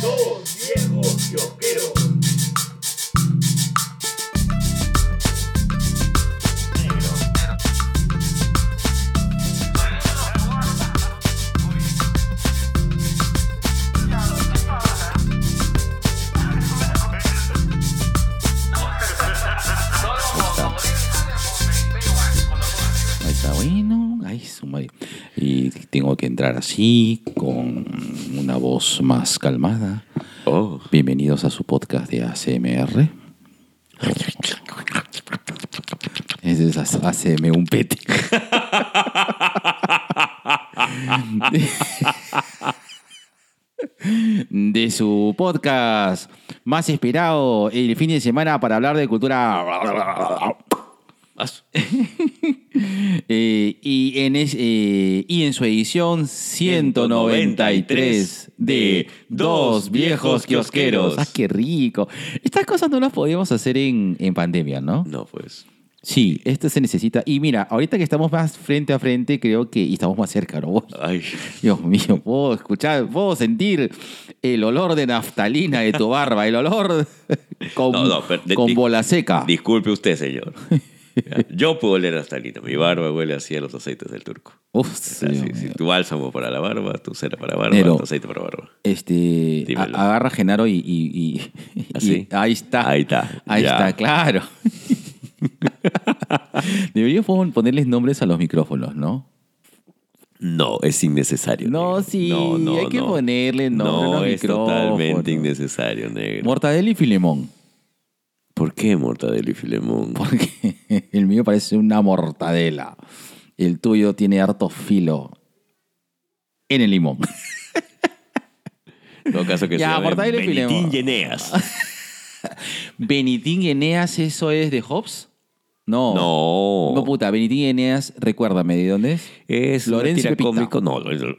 Dos viejos kiosqueros. Ahí está, bueno, ay, su madre. Y tengo que entrar así, con una voz más calmada. Oh. Bienvenidos a su podcast de ACMR. Ese es as- ACM un pete. De su podcast más esperado el fin de semana para hablar de cultura. Eh, y, en es- eh, y en su edición 193 de Dos Viejos Kiosqueros. ¡Ah, qué rico! Estas cosas no las podíamos hacer en, en pandemia, ¿no? No, pues. Sí, esto se necesita. Y mira, ahorita que estamos más frente a frente, creo que. Y estamos más cerca, ¿no? Ay. Dios mío, puedo escuchar, puedo sentir el olor de naftalina de tu barba, el olor con, No, no, pero de- con di- bola seca. Disculpe usted, señor. Ya, Yo puedo oler hasta lino. Mi barba huele así a los aceites del turco. Uf, O sea, Dios sí, sí, mío. tu bálsamo para la barba, tu cera para barba, Pero- tu aceite para barba. Este, a- Dímelo. agarra a Genaro y, y- y- y- ¿Así? ahí está. Ahí está, Ahí ya. está, claro. Deberíamos ponerles nombres a los micrófonos, ¿no? No, es innecesario. No, negro. sí, hay que ponerle nombre a No, los es micrófonos. totalmente innecesario, negro. Mortadelo y Filemón. ¿Por qué Mortadelo y Filemón? Porque el mío parece una mortadela. El tuyo tiene harto filo en el limón. En todo caso que Ya, se llame Mortadelo y Benitín Filemón. y Eneas. Benitín y Eneas, ¿eso es de Hobbes? No. No. No, puta, Benitín y Eneas, recuérdame, ¿de dónde es? Es una Lorenzo tira Pepita. cómico. No, Lorenzo-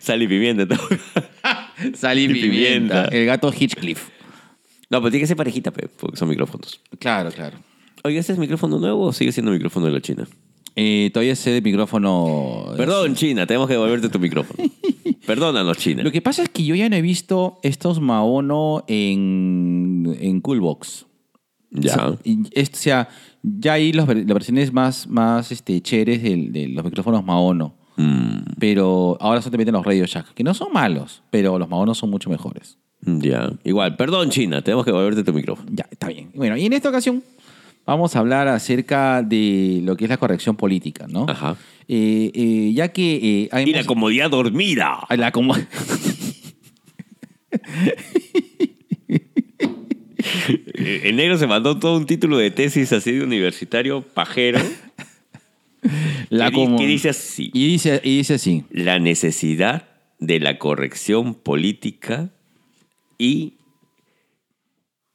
Sal y pimienta. No, Sal y Y pimienta. pimienta. El gato Hitchcliff. No, pero tiene que ser parejita, pe, porque son micrófonos. Claro, claro. Oye, ¿este es micrófono nuevo o sigue siendo micrófono de la China? Eh, todavía sé de micrófono. Perdón, China, tenemos que devolverte tu micrófono. Perdónanos, China. Lo que pasa es que yo ya no he visto estos Maono en, en Coolbox. Ya. O sea, y es- o sea, ya hay los ver- las versiones más, más este, chéveres del- de, los micrófonos Maono. Mm, Pero ahora solamente meten los Radio Shack, que no son malos, pero los Maono son mucho mejores. ya. Igual, perdón, China, tenemos que devolverte tu micrófono. Ya, está bien. Bueno, y en esta ocasión vamos a hablar acerca de lo que es la corrección política, ¿no? Ajá. Eh, eh, ya que eh, hay Y la más- comodidad dormida. Ay, la como- Eh, El negro se mandó todo un título de tesis así de universitario pajero. la que, di- como- que dice así. Y dice, y dice así. La necesidad de la corrección política y...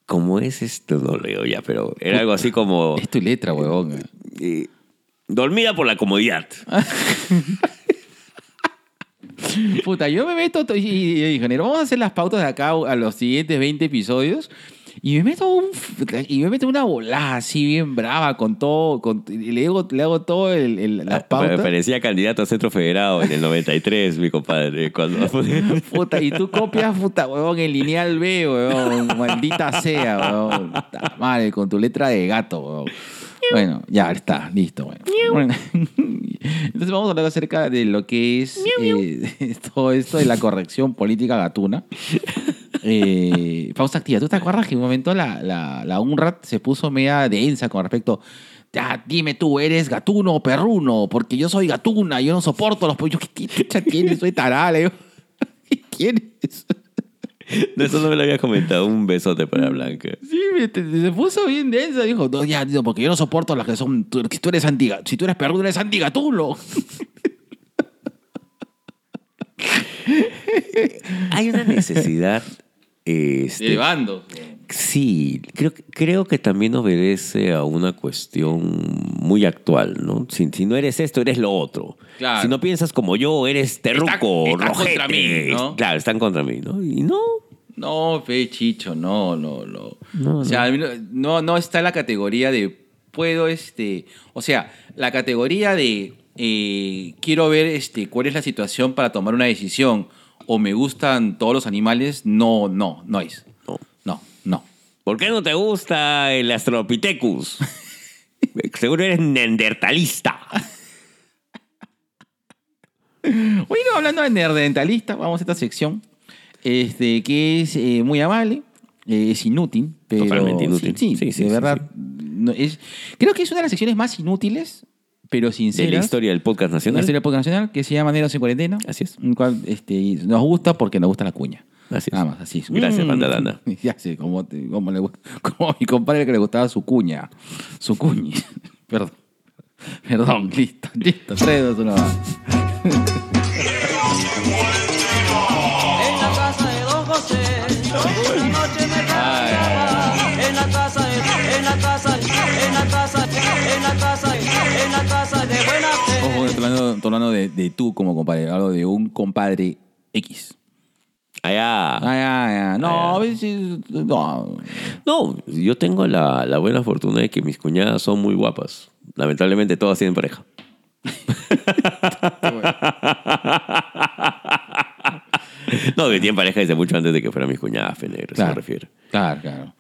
¿Cómo es esto? No lo leo ya, pero era algo así como... Es tu letra, huevón. eh, dormida por la comodidad. Puta, yo me meto to- y, y, y ingeniero, vamos a hacer las pautas de acá a los siguientes 20 episodios. Y me meto un f- y me meto una volada así bien brava con todo, con, y le, hago, le hago todo el, el- las Pa- pautas. Parecía candidato a centro federado en el 93, mi compadre. Cuando... Puta, y tú copias, puta, huevón, el lineal B, huevón. Maldita sea, huevón. Puta madre, con tu letra de gato, huevón. Bueno, ya está, listo. Bueno. Bueno, Entonces vamos a hablar acerca de lo que es eh, todo esto de la corrección política gatuna. Eh, pausa activa. ¿Tú te acuerdas que en un momento la, la, la UNRAD se puso media densa con respecto... Ya, dime tú, ¿eres gatuno o perruno? Porque yo soy gatuna, yo no soporto los pollos. ¿Qué chucha tienes? Soy tarada, le digo. ¿Qué tienes? No, eso no me lo había comentado. Un besote para Blanca. Sí, me- te- te- se puso bien densa. Dijo, no, ya, digo, porque yo no soporto las que son. tú- que tú eres antiga. Si tú eres perruno, eres antigatulo. Hay una necesidad... este, Llevando. Sí, creo, que- creo que también obedece a una cuestión muy actual, ¿no? Si, si no eres esto, eres lo otro. Claro. Si no piensas como yo, eres terruco, están rojete. contra mí, ¿no? Claro, están contra mí, ¿no? Y no. No, fe, Chicho, no, no, no. o sea, a mí no, no, no está la categoría de puedo, este. O sea, la categoría de eh, quiero ver este, cuál es la situación para tomar una decisión. O me gustan todos los animales. No, no, no es. No. No, no. ¿Por qué no te gusta el Astrolopithecus? Seguro eres neandertalista. Bueno, hablando de nerdentalista, vamos a esta sección, este, que es eh, muy amable, eh, es inútil, pero... Totalmente inútil. Sí, sí, Sí, sí, de sí, verdad. no, es, creo que es una de las secciones más inútiles, pero De sinceras. la historia del podcast de la nacional. historia del podcast nacional, que se llama Neros en Cuarentena. Así es. en cual, este, y nos gusta porque nos gusta la cuña. Así es. Nada más, así es. Gracias, Mm. Panda Danda. Ya sé, como, te- como, le gu- como mi compadre que le gustaba su cuña. Su cuñi. Perdón. Perdón, Mm. listo, listo. 3, 2, 1, va. En la casa de Don José, una noche me cantaba. En la casa de, en la casa, en la casa, en la casa, en la casa de buena fe. Ojo, estoy hablando, estoy hablando de, de tú como compadre, hablo de un compadre X. Allá. Ah, ya, ya. No, Ah, a veces. No. No, yo tengo la, la buena fortuna de que mis cuñadas son muy guapas. Lamentablemente todas tienen pareja. no, que tienen pareja desde mucho antes de que fueran mis cuñadas, Fenegro, se me refiere. Claro, claro.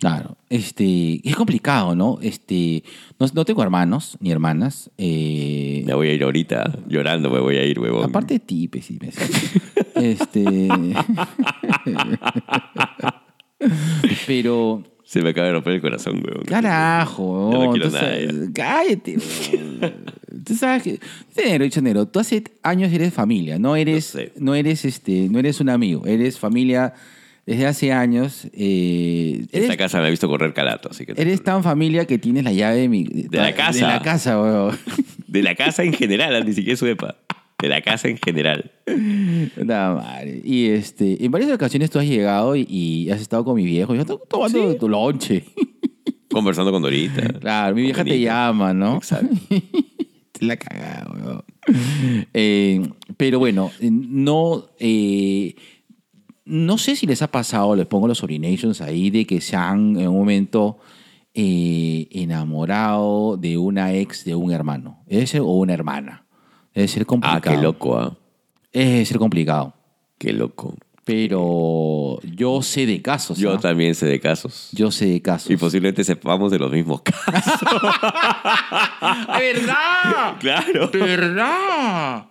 Claro. Este, es complicado, ¿no? Este, no, no tengo hermanos ni hermanas. eh, Me voy a ir ahorita llorando, me voy a ir, huevón. aparte de ti, pues, sí, me Este. Pero. Se me acaba de romper el corazón, huevón. Carajo, Yo no weón, quiero tú nada, sabes- cállate. weón. tú sabes que Chenero, Chenero, tú hace años eres familia, no eres, Lo sé. no eres este, no eres un amigo, eres familia desde hace años. eh, Esta eres, casa me ha visto correr calato, así que... eres tan familia que tienes la llave de mi De la casa. de la casa, weón. De la casa en general, ni siquiera suepa. De la casa en general. La madre. Y este, en varias ocasiones tú has llegado y, y has estado con mi viejo. Yo estoy tomando tu lonche. Conversando con Dorita. Claro, mi vieja te Benito. llama, ¿no? Exacto. Te la cagada, weón. Eh, pero bueno, no. eh, no sé si les ha pasado, les pongo los orinations ahí, de que se han en un momento eh, enamorado de una ex de un hermano. Debe ser, o una hermana. Debe ser Ah, complicado. qué loco, ah. Debe ser complicado. Qué loco. Pero yo sé de casos. Yo ¿ah? también sé de casos. Yo sé de casos. Y pues, posiblemente sepamos de los mismos casos. ¡Verdad! Claro. ¡Verdad!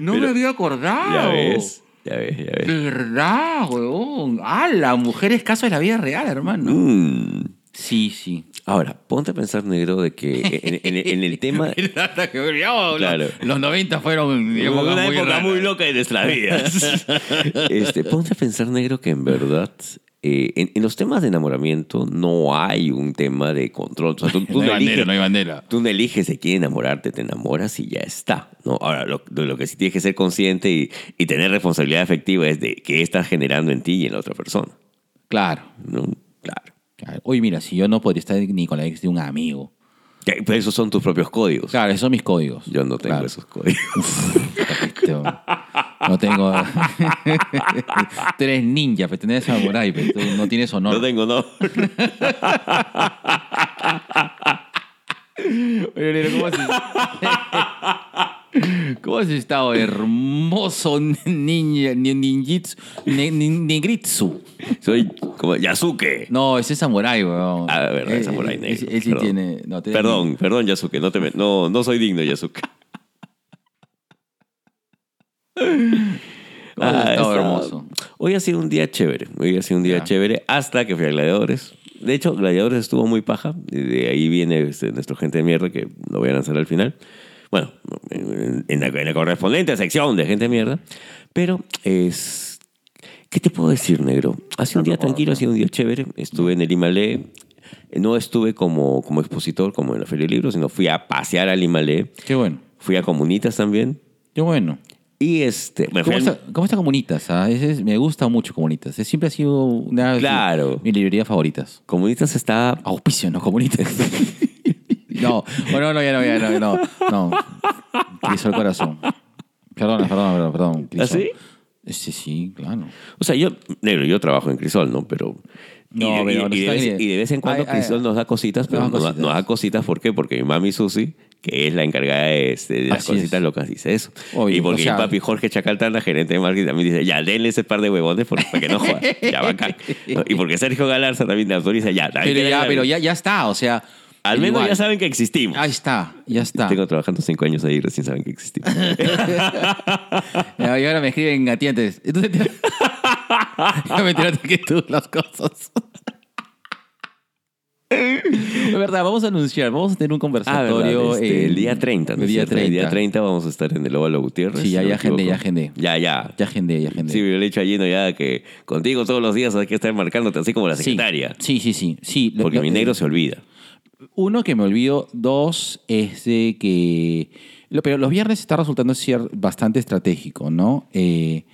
No Pero- me había acordado. Ya ves, ya ves, ya ves. ¿Verdad, huevón? Ah, la mujer es caso de la vida real, hermano. Mm. Sí, sí. Ahora, ponte a pensar, negro, de que en, en- en el tema... Claro. claro. Los 90 fueron épocas una muy época raras. muy loca de nuestras vidas. este, ponte a pensar, negro, que en verdad... eh, en, en los temas de enamoramiento no hay un tema de control. O sea, tú, tú No hay no eliges- bandera, no hay bandera. Tú no eliges de quién enamorarte, te enamoras y ya está. ¿no? Ahora, lo, de lo que sí tienes que ser consciente y, y tener responsabilidad afectiva es de qué estás generando en ti y en la otra persona. Claro. ¿no? Claro. claro. Oye, mira, si yo no podría estar ni con la ex de un amigo. Que- Pero pues, esos son tus propios códigos. Claro, esos son mis códigos. Yo no tengo Claro. esos códigos. Este, No tengo. tú eres ninja, pero tenés samurai, pero tú no tienes No, honor. tengo, no. Oye, Lero, ¿cómo has, ¿Cómo has estado, hermoso ninja, ni- ninjitsu, ni- ni- negritsu? Soy como Yasuke. No, ese es samurai, weón. Ah, verdad, Eh, Samurai eh, Negro. ese- Él sí Perdón. tiene... no, tiene- Perdón, perdón, Yasuke. No, te me- no, no soy digno, Yasuke. ¿Cómo has estado, Ah, está- Ah, hermoso? Hoy ha sido un día chévere. Hoy ha sido un día Ya. chévere hasta que fui a Gladiadores. De hecho, Gladiadores estuvo muy paja. y De ahí viene este, nuestro gente de mierda que lo voy a lanzar al final. Bueno, en en la, en la correspondiente sección de gente de mierda. Pero es. ¿Qué te puedo decir, negro? Ha sido un día tranquilo, ha sido un día chévere. Estuve en el Himalé. No estuve como, como expositor, como en la Feria del Libro, sino fui a pasear al Himalé. Qué bueno, Fui a Comunitas también. qué bueno. Y este. me fui ¿Cómo al- está, cómo está Comunitas? ah? Ese es- me gusta mucho Comunitas. Es- Siempre ha sido una de Claro. mis- mis librerías favoritas. Comunitas está Auspicio, no comunitas. no, bueno, no, ya no, ya no, no, no. Utilizó el corazón. Perdona, perdona, perdón, perdón. ¿Ah, utilizó- sí? Eh, Sí, sí, claro. O sea, yo, negro, yo trabajo en Crisol, ¿no? Pero. No, y, de- y- pero y de está vez, bien. y de vez en cuando Ay, ay, Crisol ay. nos da cositas, pero Nos nos da da, cositas. nos da cositas, ¿por qué? Porque mi mami Susi que es la encargada de, este, de las Así cositas es. locas, dice eso. Obvio, y porque o el sea- papi Jorge Chacal Tanda, gerente de marketing, también dice, ya, denle ese par de huevones por- para que no jodan. ya, bacán. ¿No? Y porque Sergio Galarza también te autoriza, ya. también Pero ya, denle- pero ya, ya está, o sea. Al menos igual. ya saben que existimos. Ahí está, ya está. Tengo trabajando cinco años ahí y recién saben que existimos. Ya, Y ahora me escriben a ti antes. Entonces te... ya me tiraste que tú las cosas. Es verdad, vamos a anunciar, vamos a tener un conversatorio verdad, este, en- el día 30, ¿no Ah, el es día cierto? 30. El día 30 vamos a estar en el Óvalo Gutiérrez. Sí, ya- si no ya me equivoco. agendé, ya agendé. Ya, ya. Ya agendé, ya agendé. Sí, yo le he dicho a Gino ya que contigo todos los días hay que estar marcándote así como la Sí. secretaria. Sí, sí, sí. sí. Lo- Porque lo- mi negro se olvida. Uno que me olvido, dos es de que... lo- Pero los viernes está resultando cier- bastante estratégico, ¿no? Eh,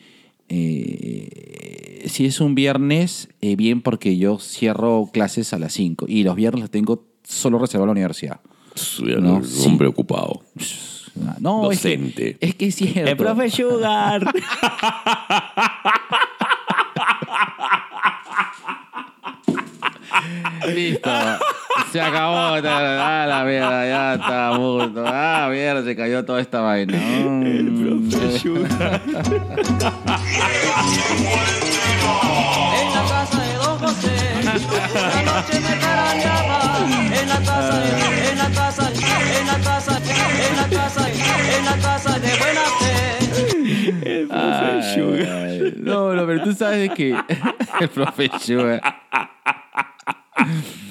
eh, si es un viernes, eh, bien porque yo cierro clases a las 5 y los viernes los tengo solo reservado a la universidad. No, un sí. hombre ocupado. No, Docente. Es que, es que es cierto. El profe Sugar. Listo. Se acabó. ta- Ah, la mierda, ya está. puto. Ah, mierda, se cayó toda esta vaina. Mm. en la casa de Don José. La noche me tarareaba en la casa, en la casa, en la casa, en la casa, en la casa de buena fe. Ay, ay. No, no, pero tú sabes de que el profe Sugar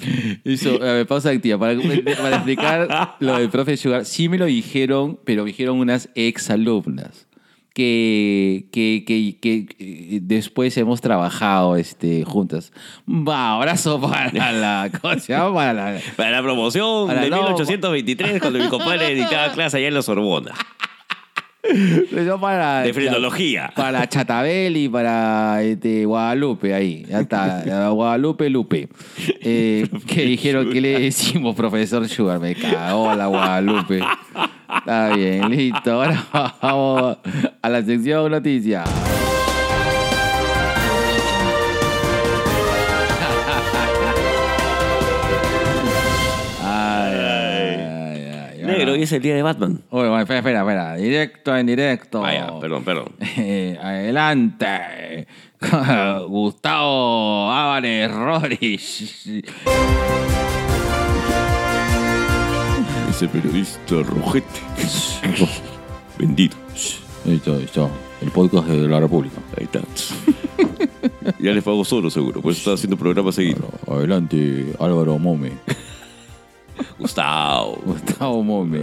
eh, hizo, a ver, pausa activa, para, para explicar lo del profe Sugar, sí me lo dijeron, pero me dijeron unas ex alumnas que, que, que, que, eh, después hemos trabajado este, juntas. Va, abrazo para la cosa, para la... Para la promoción Para de no. 1823, cuando mi compadre dictaba clase allá en la Sorbona. yo para De frenología. Para Chatabel y para este, Guadalupe, ahí. Ya está. eh, Guadalupe Lupe. Eh, que dijeron, ¿qué le decimos, profesor Sugar? Me cagó la Guadalupe. Está bien, listo. Ahora vamos a la sección noticias. Ay, ay, ay, ay. Negro, hoy es el día de Batman. Uy, bueno, espera, espera, espera. Directo en directo. Vaya, perdón, perdón. Eh, adelante. Gustavo Ábanes Rorich. Ese periodista rojete. Bendito. Listo, listo. El podcast de la República. Ahí está. ya les pago solo, seguro. Por eso está haciendo programas seguidos. Adelante, Álvaro Mome. Gustavo. Gustavo Mome.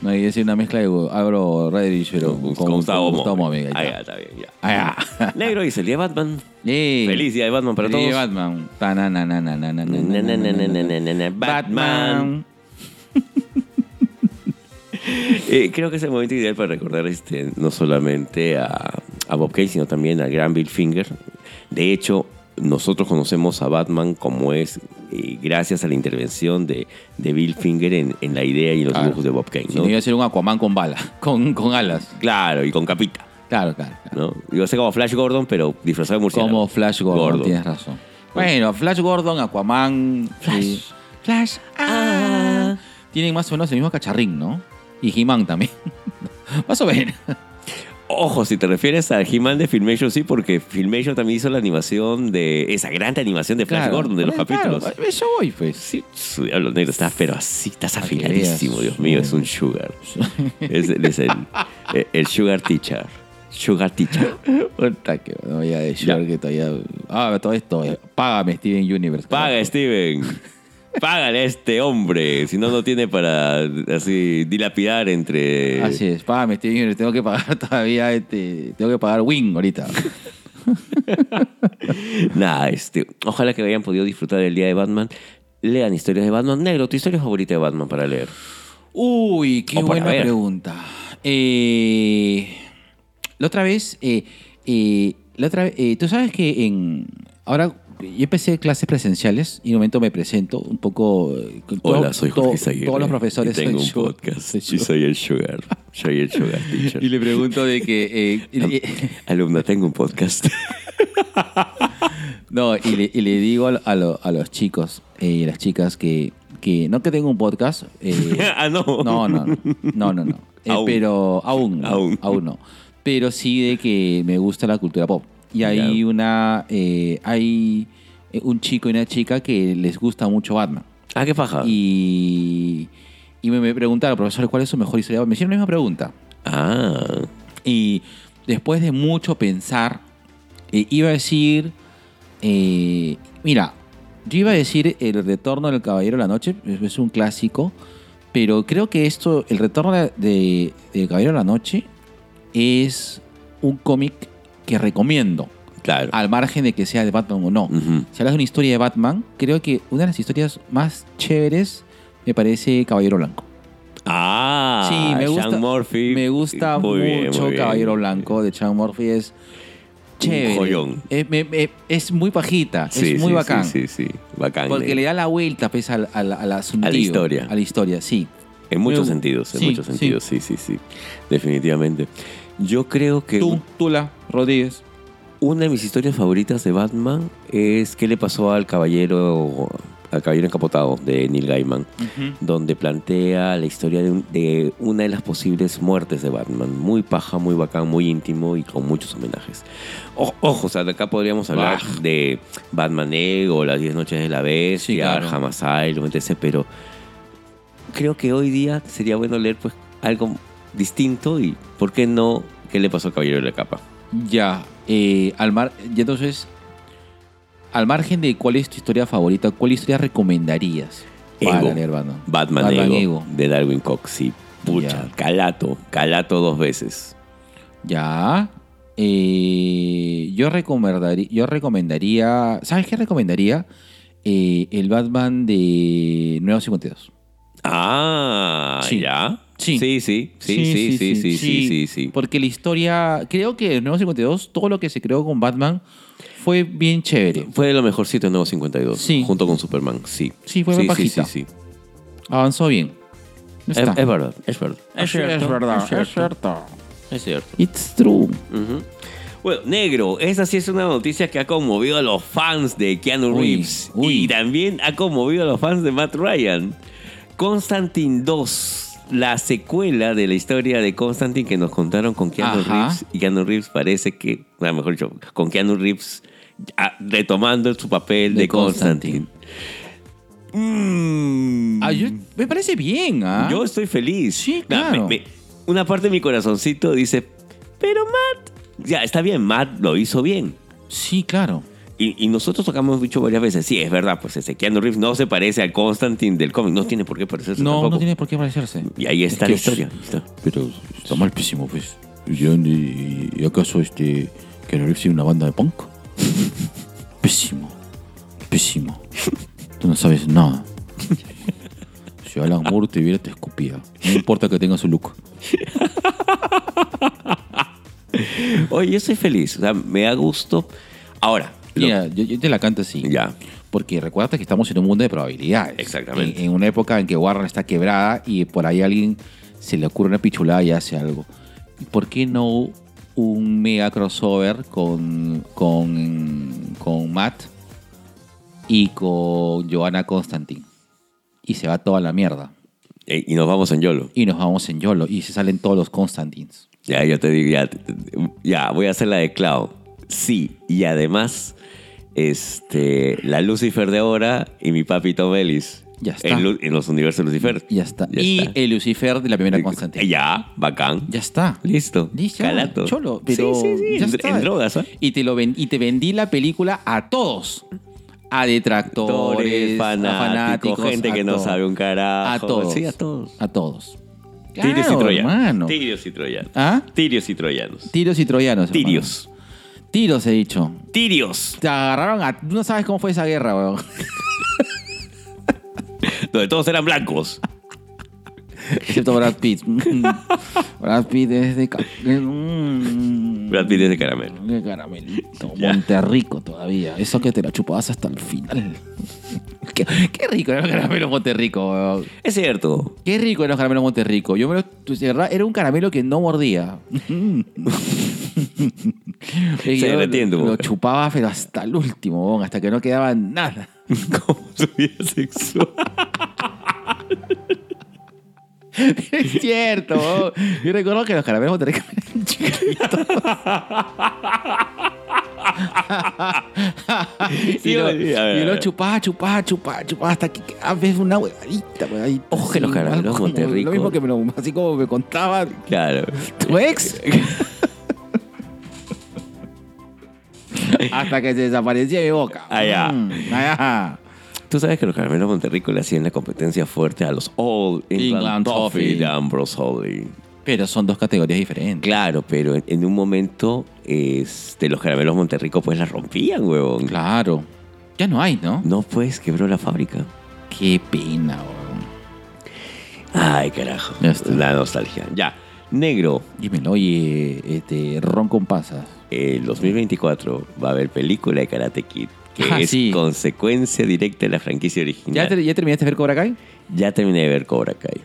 No hay que decir una mezcla de Gu- Álvaro Rorich, pero con, Gustavo, Gustavo, con Gustavo Mome. Ahí ahí está. está. bien, ya. Ah, ya. Negro dice el día de Batman. Sí. Feliz día de Batman para Feliz día de todos. Batman. Na, Tananananananana. na, na, na, na, na, na, Batman. Batman. Eh, creo que es el momento ideal para recordar este, no solamente a, a Bob Kane, sino también a Gran Bill Finger. De hecho, nosotros conocemos a Batman como es eh, gracias a la intervención de, de Bill Finger en, en la idea y en los Claro. dibujos de Bob Kane. Si ¿no? no iba a ser un Aquaman con balas, con, con alas. Claro, y con capita. Claro, claro. claro. ¿no? Iba a ser como Flash Gordon, pero disfrazado de murciélago. Como Flash Gordon, Gordo. tienes razón. Bueno, Flash Gordon, Aquaman. sí. Flash. ah. Tienen más o menos el mismo cacharrín, ¿no? Y He-Man también. más o menos. Ojo, si te refieres a He-Man de Filmation, sí, porque Filmation también hizo la animación de. Esa gran animación de Flash Claro. Gordon de los Claro, capítulos. eso voy, pues. Sí, su diablo negro está, pero así, estás que afiladísimo, veas. Dios mío, es un sugar. Es, es el, el- el sugar teacher. Sugar teacher. Puta que no voy a decir Ya. que todavía. Ah, todo esto. eh, Págame, Steven Universe. Paga, este- carajo. Steven. Págale a este hombre. Si no, no tiene para así dilapidar entre. Así es, págame, Steven Universe. Tengo que pagar todavía este. Tengo que pagar Wing ahorita. Nada, este, ojalá que hayan podido disfrutar el día de Batman. Lean historias de Batman. Negro, tu historia favorita de Batman para leer. Uy, qué O para buena ver. pregunta. Eh, la otra vez, eh, eh, la otra vez, eh, tú sabes que en ahora yo empecé clases presenciales y en un momento me presento un poco. eh, con todo- todo- Aguirre Todos los profesores y tengo soy un yo. podcast. Soy Y yo. soy el sugar. Soy el sugar teacher. Y le pregunto de que. eh, y le- Alumna, tengo un podcast. no, y le, y le digo a, lo- a lo- a los chicos eh, y a las chicas que, que no que tengo un podcast. eh, Ah, no. No, no, no, no, no. no. Eh, Aún. Pero aún, no, Aún. aún. no. Pero sí de que me gusta la cultura pop. Y hay Ya. una, eh, hay eh, un chico y una chica que les gusta mucho Batman. Ah, qué faja. Y, y me, me preguntaron, profesor, ¿cuál es su mejor historia? Me hicieron la misma pregunta. Ah. Y después de mucho pensar, eh, iba a decir, eh, mira, yo iba a decir El Retorno del Caballero de la Noche, es, es un clásico, pero creo que esto, El Retorno de, de- del Caballero de la Noche, es un cómic que recomiendo, Claro. al margen de que sea de Batman o Ah, no. Ujú. Si hablas de una historia de Batman, creo que una de las historias más chéveres me parece Caballero Blanco. Ah. Sí, me gusta. Sean Murphy. Me gusta Muy bien, mucho muy bien. Caballero Blanco de Sean Murphy. Es chévere. joyón. Eh, me- me- es muy pajita. Sí, es muy sí, bacán. Sí, sí, sí. Bacán. Porque eh. le da la vuelta pues, al, al, al asunto. historia. A la historia, sí. En muchos Me- sentidos, en Em, sí, muchos sí. sentidos, sí. sí, sí, Definitivamente. Yo creo que Tú, Tula, Rodríguez. una de mis historias favoritas de Batman es qué le pasó al caballero al caballero encapotado de Neil Gaiman, donde plantea la historia de, un- de una de las posibles muertes de Batman. Muy paja, muy bacán, muy íntimo y con muchos homenajes. O- ojo, o sea, de acá podríamos hablar Bah. de Batman Ego, Las 10 Noches de la Bestia, Sí, claro. Arkham Asylum, etc. Pero creo que hoy día sería bueno leer pues algo distinto y, ¿por qué no? ¿Qué le pasó al caballero de la capa? Ya. eh, al mar, y entonces, al margen de cuál es tu historia favorita, ¿cuál historia recomendarías? Ego. Para leer Batman. Batman, Ego, Ego. de Darwin Cox. Sí, pucha, Ya. calato, calato dos veces. Ya. Eh, yo, recomendaría, yo recomendaría. ¿Sabes qué recomendaría? Eh, el Batman de Nuevo 52. Ah, Sí. ya. Sí. sí, sí, sí, sí, sí, sí, sí, sí, sí. Porque la historia. Creo que el Nuevo 52, todo lo que se creó con Batman fue bien chévere. Fue lo mejorcito en Nuevo 52, Sí. junto con Superman, sí. Sí, fue sí, sí, bajita. sí, Avanzó bien. Ya Es, está. es verdad, es verdad. Es verdad, es cierto. es cierto. Es cierto. It's true. Ujú. Bueno, negro, esa sí es una noticia que ha conmovido a los fans de Keanu Uy, Reeves uy. y también ha conmovido a los fans de Matt Ryan. Constantine 2, la secuela de la historia de Constantine que nos contaron con Keanu Ajá. Reeves y Keanu Reeves parece que, bueno, mejor dicho, con Keanu Reeves ah, retomando su papel de, De Constantine. Constantine. Mm. Ah, yo- me parece bien, ¿ah? Yo estoy feliz. Sí, Nah, claro. me- me- una parte de mi corazoncito dice, pero Matt, ya está bien, Matt lo hizo bien. Sí, claro. Y, y nosotros tocamos dicho varias veces, sí, es verdad, pues ese Keanu Reeves no se parece al Constantine del cómic, no tiene por qué parecerse No, tampoco. no tiene por qué parecerse. Y ahí está Es que la es- historia. ahí está. Pero está mal pésimo, pues. ¿Y, dónde- y- y acaso este que no tiene una banda de punk? Pésimo. Pésimo. Tú no sabes nada. Si Alan Moore te viera, te escupía. No importa que tenga su look. Oye, yo estoy feliz, o sea, me da gusto. Ahora, lo- Mira, yo, yo te la canto así. ya, Porque recuerda que estamos en un mundo de probabilidades. Exactamente. En, en una época en que Warren está quebrada y por ahí a alguien se le ocurre una pichulada y hace algo. ¿Y ¿Por qué no un mega crossover con, con, con Matt y con Joanna Constantine? Y se va toda la mierda. eh, y nos vamos en YOLO. Y nos vamos en YOLO y se salen todos los Constantines. Ya, yo te digo, ya, te- te- ya, voy a hacer la de Cloud. Sí, y además, este, la Lucifer de ahora y mi papi Tom Ellis. Ya está. En, Lu- en los universos Lucifer. Y ya está. Ya y está. el Lucifer de la primera Constantine. Ya, bacán. Ya está. Listo. Listo, Calato. "Ah, cholo, pero sí, sí, sí. ya en, está. en drogas, ¿ah? Y te, lo ven- y te vendí la película a todos. A detractores, Actores, a fanáticos, gente a que no todo. sabe un carajo. A todos. Sí, a todos. A todos. Tirios y Claro, troyanos. hermano. Tirios y troyanos. ¿Ah? Tirios y troyanos. Tiros y troyanos. hermano. Tirios. Tiros, he dicho. Tirios. Te agarraron a... No sabes cómo fue esa guerra, weón. Donde todos eran blancos. Excepto Brad Pitt. Brad Pitt es de... ca- Mm. Brad Pitt es de caramelo. De caramelito. Ya. Monterrico todavía. Eso que te la chupabas hasta el final. qué, qué rico era el caramelo Monterrico, weón. Es cierto. Qué rico eran los caramelos Monterrico. Yo me los- de verdad, era un caramelo que no mordía. Y Se yo derretía en tu lo, boca. chupaba, pero hasta el último, huevón, hasta que no quedaba nada. Como su vida sexual. es cierto, huevón. Yo recuerdo que los caramelos botanicos eran chiquitos. y, Sí, lo, oye, a ver, y a lo ver. chupaba, chupaba, chupaba, chupaba, hasta que a veces una huevadita, por ahí. Ojo que los Sí, caramelos algo como- Monterrico. Lo mismo que me lo, así como me contaba Claro. tu ex. Hasta que se desaparecía de boca. Ah, Allá. Mm, allá. Tú sabes que los caramelos Monterrico le hacían la competencia fuerte a los All England, England Toffee, Toffee. de Ambrose Holly. Pero son dos categorías diferentes. Claro, pero en, en un momento este, los caramelos Monterrico pues la rompían, huevón. Claro. Ya no hay, ¿no? No, pues, quebró la fábrica. Qué pena, weón. Ay, carajo. Ya está. La nostalgia. Ya. Negro, Dímelo, oye, este, ron con pasas. el 2024 va a haber película de Karate Kid, que Ah, es sí. consecuencia directa de la franquicia ¿Ya, original. te- ya terminaste de ver Cobra Kai? Ya terminé de ver Cobra Kai.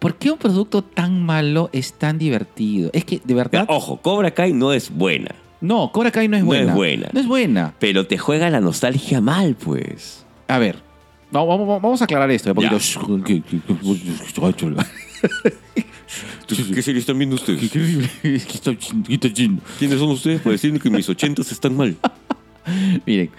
¿Por qué un producto tan malo es tan divertido? Es que, de verdad. Ojo, Cobra Kai no es buena, No, Cobra Kai no es oh. No es buena. buena. No es buena. pero te juega la nostalgia mal, pues. A ver, va- va- va- vamos, a aclarar esto. de poquito. Ya. ¿Qué series están viendo ustedes? ¿Quiénes son ustedes para decirme que mis ochentas están mal? Miren,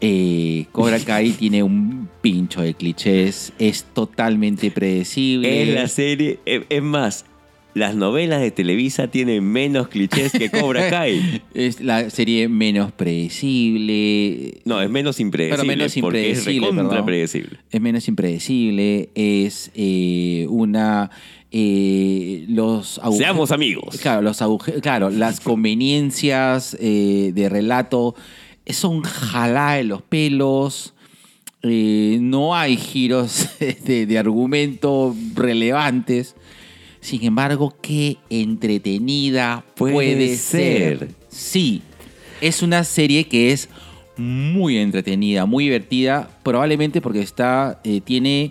eh, Cobra Kai tiene un pincho de clichés. Es totalmente predecible. Es la serie, es es más, las novelas de Televisa tienen menos clichés que Cobra Kai. Es la serie menos predecible. No, es menos impredecible. Pero menos porque es impredecible, recontra perdón. predecible. Es menos impredecible. Es eh, una. eh, los agujeros- Seamos amigos. Claro, los agujeros, claro, las conveniencias eh, de relato son jalá de los pelos. eh, no hay giros de, de argumento relevantes. Sin embargo, qué entretenida puede, Puede ser. ser. Sí, es una serie que es muy entretenida, muy divertida, probablemente porque está, eh, tiene...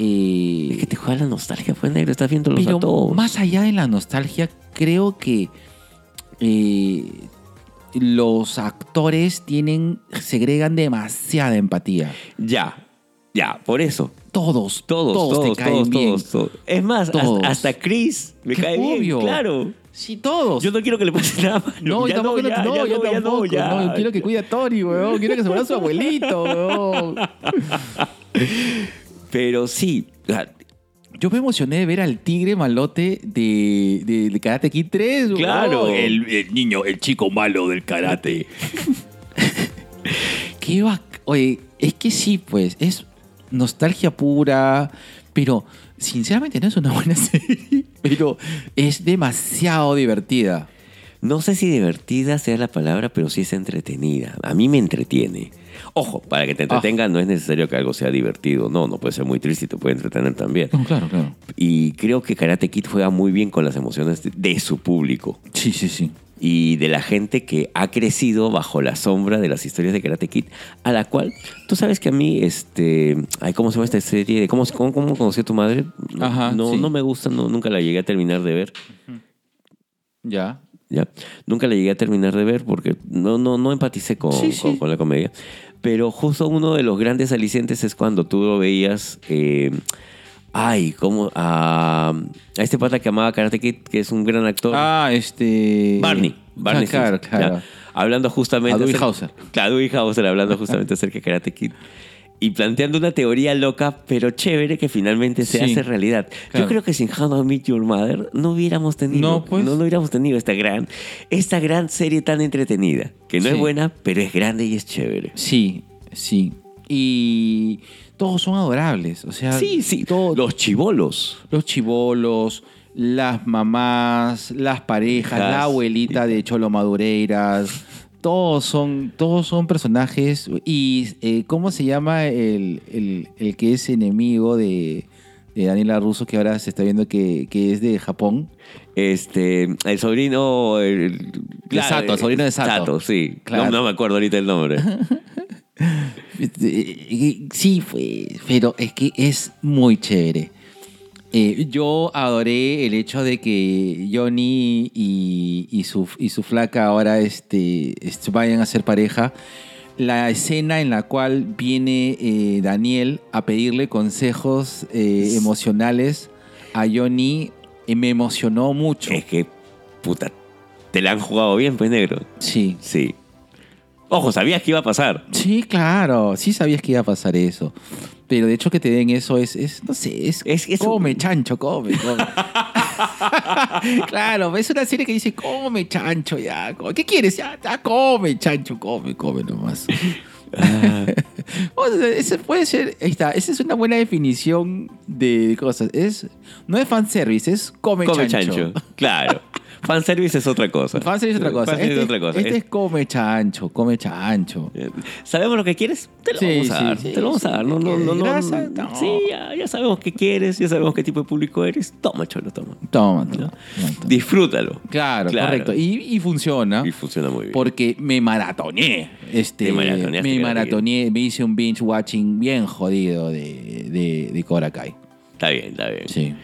eh, Es que te juega la nostalgia, pues negro, estás viéndolos pero a todos. más allá de la nostalgia, creo que eh, los actores tienen, segregan demasiada empatía. Ya, ya, por eso. Todos, Todos, todos, todos, te caen todos, bien. todos. Es más, hasta- Todos. Hasta, Chris me Qué cae obvio. bien, claro. Sí, todos. Yo no quiero que le pase nada malo. no, yo Ya tampoco, ya, no, ya yo ya tampoco. ya. no, yo quiero que cuide a Tori, weón. Quiero que se muera su abuelito, weón. Pero sí, ah, Yo me emocioné de ver al tigre malote de, de, de Karate Kid Oh, 3, weón. Claro. El- niño, el chico malo del karate. Qué bac- Oye, es que sí, pues, es nostalgia pura, pero sinceramente no es una buena serie, pero es demasiado divertida. no sé si divertida sea la palabra, pero sí es entretenida. A mí me entretiene. Ojo, para que Ah. te entretenga no es necesario que algo sea divertido. No, no puede ser muy triste, te puede entretener también. No, claro, claro. Y creo que Karate Kid juega muy bien con las emociones de- de su público. Sí, sí, sí. y de la gente que ha crecido bajo la sombra de las historias de Karate Kid, a la cual tú sabes que a mí, este, ay, ¿cómo se llama esta serie? de ¿Cómo, cómo, cómo conocí a tu madre? No, Ajá, no, sí. no me gusta, no, nunca la llegué a terminar de ver. Ya. ¿ya? Nunca la llegué a terminar de ver porque no, no, no empaticé con, Sí, sí. con- con la comedia. Pero justo uno de los grandes alicientes es cuando tú lo veías. eh, ay, ¿cómo? A, a este pata que amaba Karate Kid, que es un gran actor. Ah, este. Barney. Barney Ah, claro, Simpson, claro. ya. Hablando justamente. A Dewey acerca- Hauser. Claro, Dewey Hauser, hablando justamente acerca de Karate Kid. Y planteando una teoría loca, pero chévere, que finalmente se Sí. hace realidad. Claro. Yo creo que sin How I Meet Your Mother no hubiéramos tenido. No, pues. No, no hubiéramos tenido esta gran, esta gran serie tan entretenida. Que no Sí. es buena, pero es grande y es chévere. Sí, sí. Y todos son adorables, o sea, Sí, sí. todo- Los chivolos. los chivolos, las mamás, las parejas, Las- la abuelita de Cholo Madureiras, todos son, todos son personajes. ¿Y eh, cómo se llama el, el- el que es enemigo de, de Daniela Russo, que ahora se está viendo que, que es de Japón? Este, el sobrino. el- el- Sato, el sobrino de Sato. sí. Claro. No, no me acuerdo ahorita el nombre. Este, eh, Sí, fue, pero es que es muy chévere. Eh, yo adoré el hecho de que Johnny y, y su, y su flaca ahora este, est- vayan a ser pareja. La escena en la cual viene eh, Daniel a pedirle consejos eh, emocionales a Johnny eh, me emocionó mucho. Es que, puta, te la han jugado bien, pues, negro. Sí. Sí. Ojo, sabías que iba a pasar. Sí, claro. Sí sabías que iba a pasar eso. Pero de hecho que te den eso es, es no sé, es, Es- es un- come, chancho, come, come. claro, es una serie que dice, come, chancho, ya. co- ¿Qué quieres? Ya, ya, come, chancho, come, come nomás. Ah. O sea, ese puede ser, ahí está, esa es una buena definición de cosas. Es, no es fanservice, es come, Come chancho. chancho. Claro. Fanservice es otra cosa. Fanservice es otra cosa. Fanservice este, es otra cosa. este es come chancho, come chancho. Eh, Sabemos lo que quieres, te lo Sí, vamos a sí, dar. sí, te lo vamos a sí, dar. No, ¿qué no, no, quieres? no, ¿Grasa? eh, No. Sí, ya, ya sabemos qué quieres, ya sabemos qué tipo de público eres. Toma, cholo, toma. Toma, toma, toma, toma. Disfrútalo. Claro, Claro. correcto. Y, y funciona. Y funciona muy bien. Porque me maratoneé. Este, Te me maratoneaste, claro, maratoneé. Me hice un binge watching bien jodido de, de, de Cobra Kai. Está bien, está bien. Sí.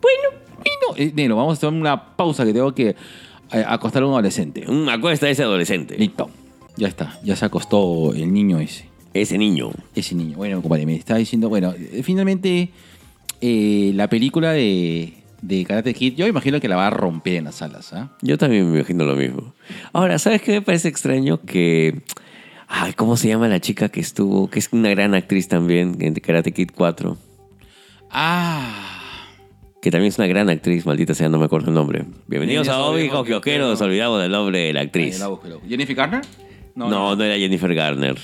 Bueno, y no. eh, Nero, vamos a tomar una pausa que tengo que eh, acostar a un adolescente. Una cuesta ese adolescente. Listo. Ya está. Ya se acostó el niño ese. Ese niño. Ese niño. Bueno, compadre, me está diciendo. Bueno, eh, finalmente, eh, la película de, de Karate Kid, yo imagino que la va a romper en las salas. ¿ah? Yo también me imagino lo mismo. Ahora, ¿sabes qué me parece extraño? Que. Ay, ¿cómo se llama la chica que estuvo? Que es una gran actriz también en Karate Kid 4. Ah. Que también es una gran actriz, maldita sea, no me acuerdo el nombre. Bienvenidos Bienvenidos a a Obi, Obi, hijos Hijos kiosqueros. Nos Kiosqueros. olvidamos del nombre de la Ahí actriz. la busco, la busco. ¿Jennifer Garner? No, no era Jennifer Garner.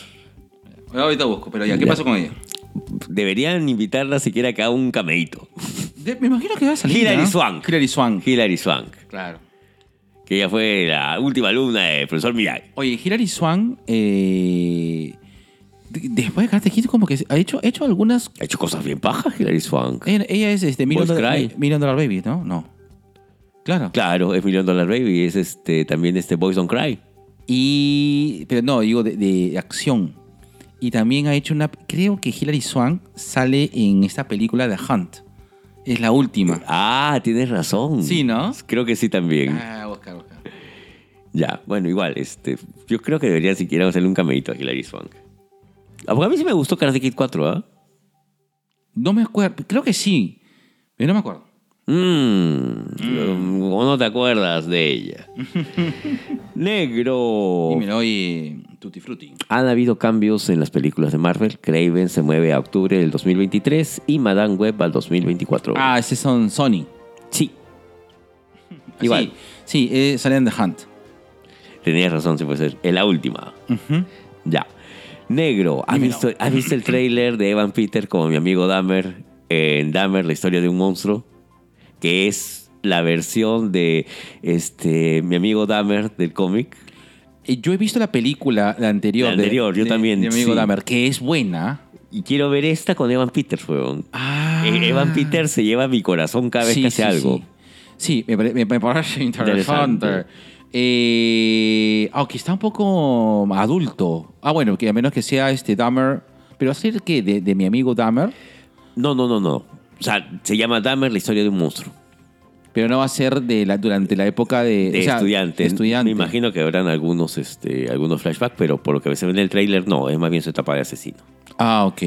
Bueno, ahorita busco, pero ya, ¿qué Ya. pasó con ella? Deberían invitarla siquiera acá a un cameíto. me imagino que va a salir. Hilary Swank. Hilary Swank. Hilary Swank, Claro. que ella fue la última alumna del profesor Miyagi. Oye, Hilary Swank, eh, de- después de Karate Kid, como que ha hecho, ha hecho algunas. Ha hecho cosas bien pajas Hilary Swank. Ella, ella es este, Million, Boys Dollar, Cry. eh, Million Dollar Baby, ¿no? No. Claro. Claro, es Million Dollar Baby, es este, también este Boys Don't Cry. Y. Pero no, digo, de, de acción. Y también ha hecho una. Creo que Hilary Swank sale en esta película The Hunt. Es la última. Ah, tienes razón. Sí, ¿no? Creo que sí también. Ah, busca, busca. Ya, bueno, igual, este, yo creo que deberían siquiera hacerle un cameíto a Hilary Swank. Ah, Porque a mí sí me gustó Karate Kid 4, ¿ah? No me acuerdo. Creo que sí. Pero no me acuerdo. Mm. Mmm, ¿O no te acuerdas de ella? Negro. Dímelo, oye, Tutti Frutti. Han habido cambios en las películas de Marvel. Craven se mueve a octubre del 2023 y Madame Web al 2024. Ah, ese son Sony. sí. Igual. Ah, Sí, sí eh, salen The Hunt. Tenías razón, si puede ser. Es la última. Ya. Negro, ¿has Dímelo. visto, ¿has visto el tráiler de Evan Peter como mi amigo Dahmer? En Dahmer, la historia de un monstruo. Que es la versión de este mi amigo Dahmer del cómic. Eh, Yo he visto la película, la anterior. La de- anterior, yo de- también, De amigo sí. Dahmer, que es buena. Y quiero ver esta con Evan Peter, weón. Ah. Eh, Evan Peter se lleva mi corazón cada vez sí, que hace sí, algo. Sí, Sí, me, pare- me parece interesante. Interesante. Eh, aunque está un poco adulto. Ah, bueno, que a menos que sea este Dahmer. Pero va a ser que de, de mi amigo Dahmer. No, no, no, no. O sea, se llama Dahmer, la historia de un monstruo. Pero no va a ser de la, durante la época de, De o sea, estudiante. de estudiante. Me imagino que habrán algunos, este, algunos flashbacks, pero por lo que se ve en el tráiler, no. Es más bien su etapa de asesino. Ah, ok.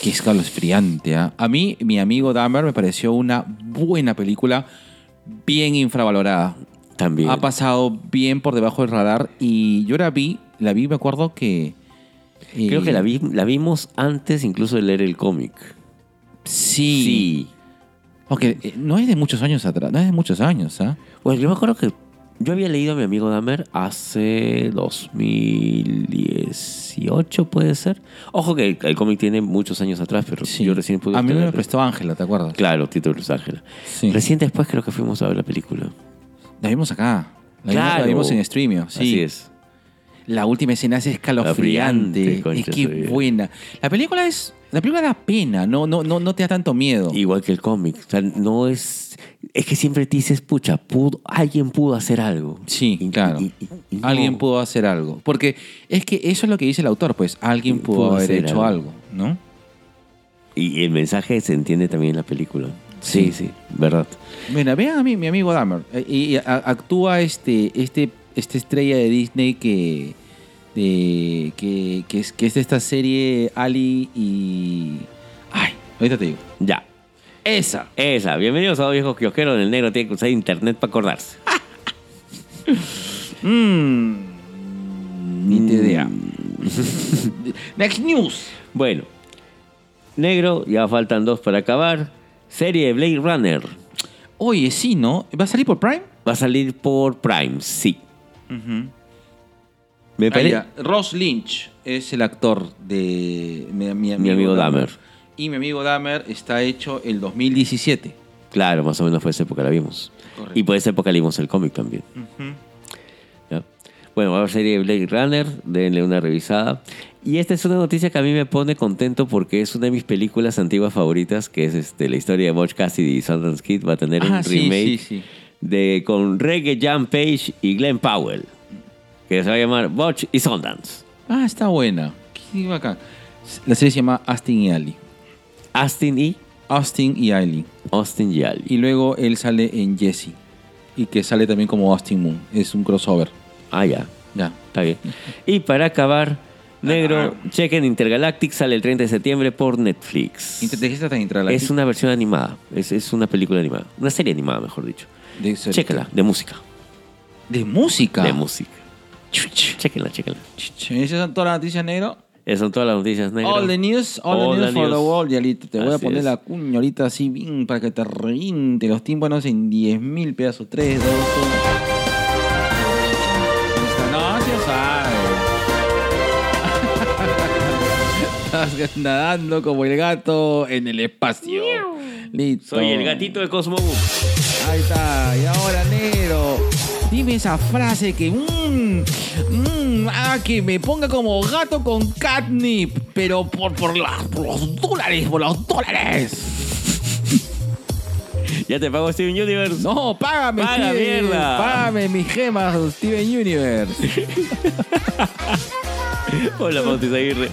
Qué escalofriante. ¿ah? A mí, mi amigo Dahmer me pareció una buena película, bien infravalorada. También. Ha pasado bien por debajo del radar y yo la vi, la vi, me acuerdo que... eh, Creo que la, vi- la vimos antes incluso de leer el cómic. Sí. Aunque eh, no es de muchos años atrás, no es de muchos años, ¿ah? Bueno, yo me acuerdo que yo había leído a mi amigo Dahmer hace 2018, puede ser. Ojo que el, el cómic tiene muchos años atrás, pero Sí. yo recién pude A mí me lo obtenerlo. prestó Ángela, ¿te acuerdas? Claro, Tito Cruz Ángela. Sí. Recién después creo que fuimos a ver la película. La vimos acá. La, vimos- la Claro. vimos, en streamio, sí. Así es. La última escena es Escalofriante, escalofriante. es concha que su vida. buena. La película es. La película da pena, no, no, no, no te da tanto miedo. Igual que el cómic. O sea, no es. Es que siempre te dices, pucha, pudo, alguien pudo hacer algo. sí, Y- claro. y- y- y no. Alguien pudo hacer algo. Porque es que eso es lo que dice el autor, pues. Alguien pudo, Pudo haber hacer hecho algo. algo, ¿no? Y el mensaje se entiende también en la película. Sí, sí, verdad. Mira, vean a mí, mi amigo Dahmer. Eh, Y, y a- actúa este, este, esta estrella de Disney que, de- que, que es, que es de esta serie Ali y... Ay, ahorita te digo. Ya. Esa. Esa. Bienvenidos a dos viejos kiosqueros. El negro tiene que usar internet para acordarse. Mmm. Mm, Ni te idea. Next News. Mm. Bueno. Negro, ya faltan dos para acabar. Serie de Blade Runner. Oye, sí, ¿no? ¿Va a salir por Prime? Va a salir por Prime, sí. Me Ah, parece. ya. Ross Lynch es el actor de mi, mi amigo, Mi amigo Dahmer. Y mi amigo Dahmer está hecho el 2017. Claro, más o menos fue esa época la vimos. Correcto. Y por esa época leímos el cómic también. ¿Ya? Bueno, va a haber serie de Blade Runner, denle una revisada. Y esta es una noticia que a mí me pone contento porque es una de mis películas antiguas favoritas, que es este, la historia de Butch Cassidy y Sundance Kid. Va a tener Ah, un sí, remake sí, sí. De, con Reggae Jan Page y Glenn Powell, que se va a llamar Butch y Sundance. Ah, está buena. Qué bacán. La serie se llama Austin y Ali. Austin y Austin y Ali. Austin y Ali. Y luego él sale en Jesse. Y que sale también como Austin Moon. Es un crossover. Ah, ya. Ya. Está bien. Y para acabar, negro, chequen Intergalactic, sale el 30 de septiembre por Netflix. Inteligencia tan Es una versión animada, es, es una película animada, una serie animada, mejor dicho. De, Chéquenla, de música. De música. De música. Chéquenla, chéquenla. Chuch, Esas son todas las noticias, negro. Esas son todas las noticias negro. All the news, all, All the news the for the news. world. Y ahorita te voy a Así poner es. la cuña ahorita así bien para que te reviente los tímpanos en 10.000 pedazos. 3, 2, 1. Esta noche sabe. Estás nadando como el gato en el espacio. Listo. Soy el gatito de Cosmo Boom. Ahí está. Y ahora, negro. Dime esa frase que. Mmm, mmm, ah, que me ponga como gato con catnip. Pero por, por, la- por los dólares, por los dólares. Ya te pago Steven Universe. No, págame, Paga, Steven. mierda. Págame mis gemas, Steven Universe. Hola, Montes Aguirre.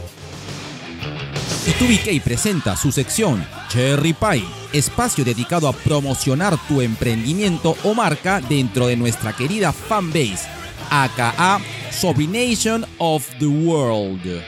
TubiK presenta su sección Cherry Pie, espacio dedicado a promocionar tu emprendimiento o marca dentro de nuestra querida fanbase, aka Sobrination of the World.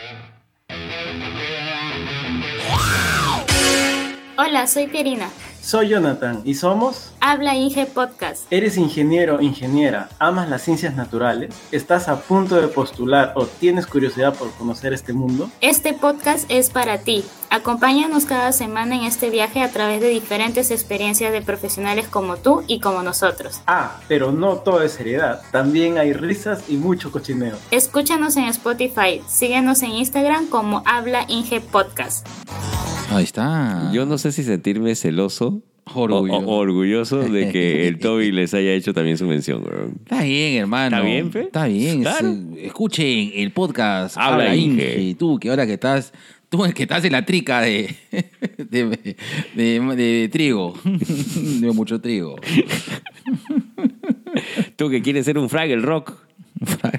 Hola, soy Pierina. Soy Jonathan y somos... Habla Inge Podcast. ¿Eres ingeniero, ingeniera, amas las ciencias naturales? ¿Estás a punto de postular o tienes curiosidad por conocer este mundo? Este podcast es para ti. Acompáñanos cada semana en este viaje a través de diferentes experiencias de profesionales como tú y como nosotros. Ah, pero no todo es seriedad. También hay risas y mucho cochineo. Escúchanos en Spotify, síguenos en Instagram como Habla Inge Podcast. Ahí está. Yo no sé si sentirme celoso Orgullo. o- o orgulloso de que el Toby les haya hecho también su mención. weón. Está bien, hermano. ¿Está bien, pe? Está bien. Claro. Sí. Escuchen el podcast. Habla Inge. Tú, que ahora que estás. Tú, el que estás en la trica de. de, de, de trigo. De mucho trigo. Tú que quieres ser un Fraggle Rock.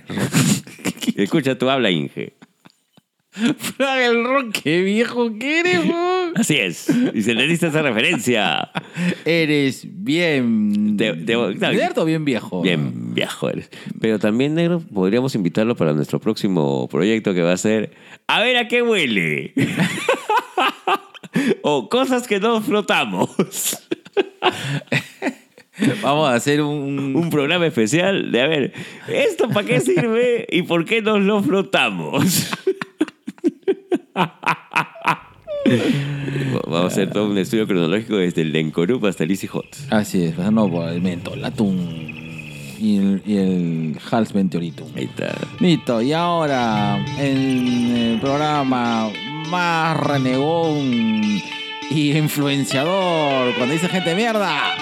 Escucha, tú habla Inge. el rock, qué viejo que eres, weón. Así es. Y se le diste esa referencia. Eres bien. Te- te- no, ¿Cierto? Bien viejo. Bien viejo eres. Pero también, negro, podríamos invitarlo para nuestro próximo proyecto que va a ser A ver a qué huele. o cosas que no flotamos. Vamos a hacer un. Un programa especial de a ver, ¿esto para qué sirve y por qué nos lo flotamos? Vamos a hacer todo un estudio cronológico desde el Lencorup hasta el Easy Hot. Así es, pasando por el mentol, el atún. Y el, y el Hals Meteoritum. Ahí está. Listo, y ahora en el programa más renegón y influenciador, cuando dice gente de mierda,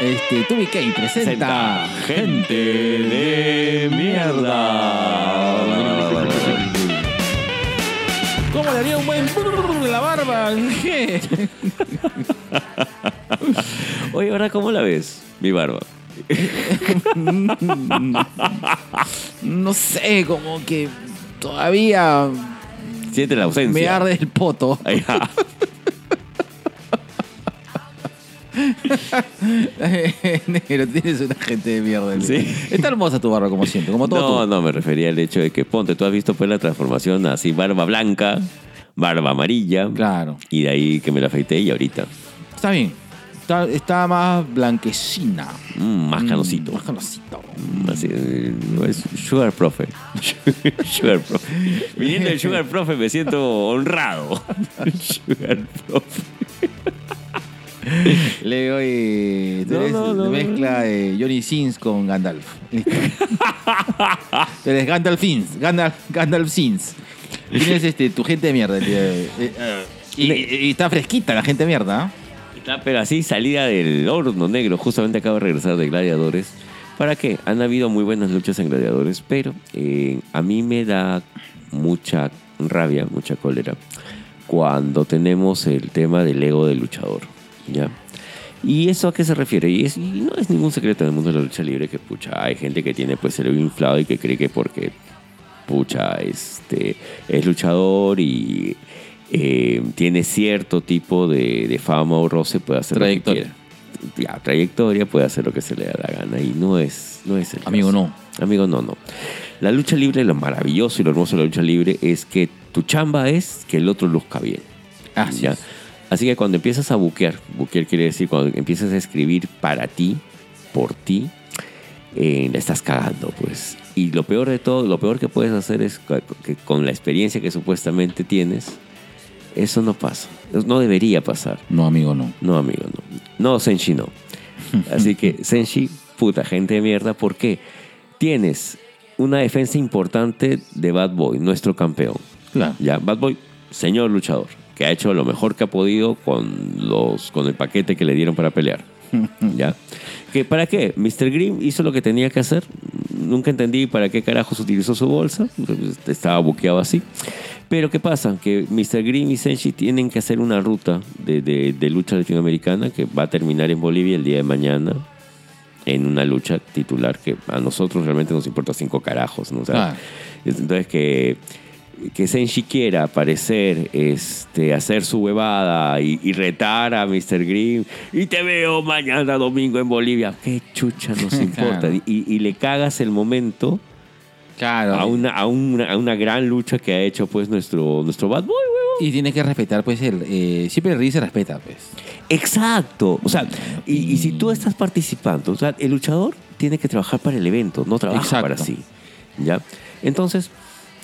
este, Tubi K presenta gente de mierda. ¿Cómo le haría un buen brrr en la barba? ¿Qué? Oye, ahora cómo la ves, mi barba. No sé, como que todavía Siente la ausencia. me arde el poto. Ahí va. Negro, tienes una gente de mierda. Luis. Sí. Está hermosa tu barba, como siempre, como todo No, tú. no, me refería al hecho de que, ponte, tú has visto pues la transformación así, barba blanca, barba amarilla. Claro. Y de ahí que me la afeité y ahorita, Está bien. Está, está más blanquecina. mm, más canosito. Mm, Más canosito. Mm, Así, eh, no es Sugar Profe. Sugar Profe. Viniendo del Sugar Profe me siento honrado. Sugar Profe. Le doy tú No, eres no, no, no. mezcla de Johnny Sins con Gandalf. Listo. Tú eres Gandalf Sins. Gandalf, Gandalf Sins. Tienes este, tu gente de mierda. el día de hoy. Eh, eh, y, y- y está fresquita la gente de mierda. ¿ah? Está, pero así, salida del horno negro. Justamente acabo de regresar de Gladiadores. ¿Para qué? Han habido muy buenas luchas en Gladiadores, pero eh, a mí me da mucha rabia, mucha cólera, cuando tenemos el tema del ego del luchador. ¿Ya? ¿Y eso a qué se refiere? Y, es, y no es ningún secreto en el mundo de la lucha libre que, pucha, hay gente que tiene pues el ego inflado y que cree que porque pucha, este, es luchador y eh, tiene cierto tipo de, de fama o roce, puede hacer Trayectoria. lo que quiera. Ya, trayectoria, puede hacer lo que se le da la gana y no es, no es el Amigo, caso. no. Amigo, no, no. La lucha libre, lo maravilloso y lo hermoso de la lucha libre es que tu chamba es que el otro luzca bien. Así ¿ya? es. Así que cuando empiezas a buquear, buquear quiere decir cuando empiezas a escribir para ti, por ti, eh, la estás cagando, pues. Y lo peor de todo, lo peor que puedes hacer es ca- que con la experiencia que supuestamente tienes, eso no pasa. Eso No debería pasar. No, amigo, no. No, amigo, no. No, Senshi no. Así que Senshi, puta gente de mierda, ¿por qué? Tienes una defensa importante de Bad Boy, nuestro campeón. Claro. Ya, Bad Boy, señor luchador, que ha hecho lo mejor que ha podido con, los, con el paquete que le dieron para pelear. ¿Ya? ¿Que ¿Para qué? Mr. Grimm hizo lo que tenía que hacer. Nunca entendí para qué carajos utilizó su bolsa. Estaba buqueado así. Pero ¿qué pasa? Que Mr. Grimm y Senshi tienen que hacer una ruta de, de- de lucha latinoamericana que va a terminar en Bolivia el día de mañana en una lucha titular que a nosotros realmente nos importa cinco carajos. ¿no? O sea, Ah. Entonces que, que Senshi quiera aparecer, este, hacer su huevada y, y retar a Mr. Grimm y te veo mañana domingo en Bolivia. ¿Qué chucha nos importa? Claro. Y- y le cagas el momento Claro. a una, a una, a una gran lucha que ha hecho pues nuestro, nuestro Bad Boy, huevón. Y tienes que respetar, pues, el, eh, siempre el rey se respeta, pues. Exacto. O sea, y, y si tú estás participando, o sea, el luchador tiene que trabajar para el evento, no trabaja Exacto. para sí. ¿Ya? Entonces,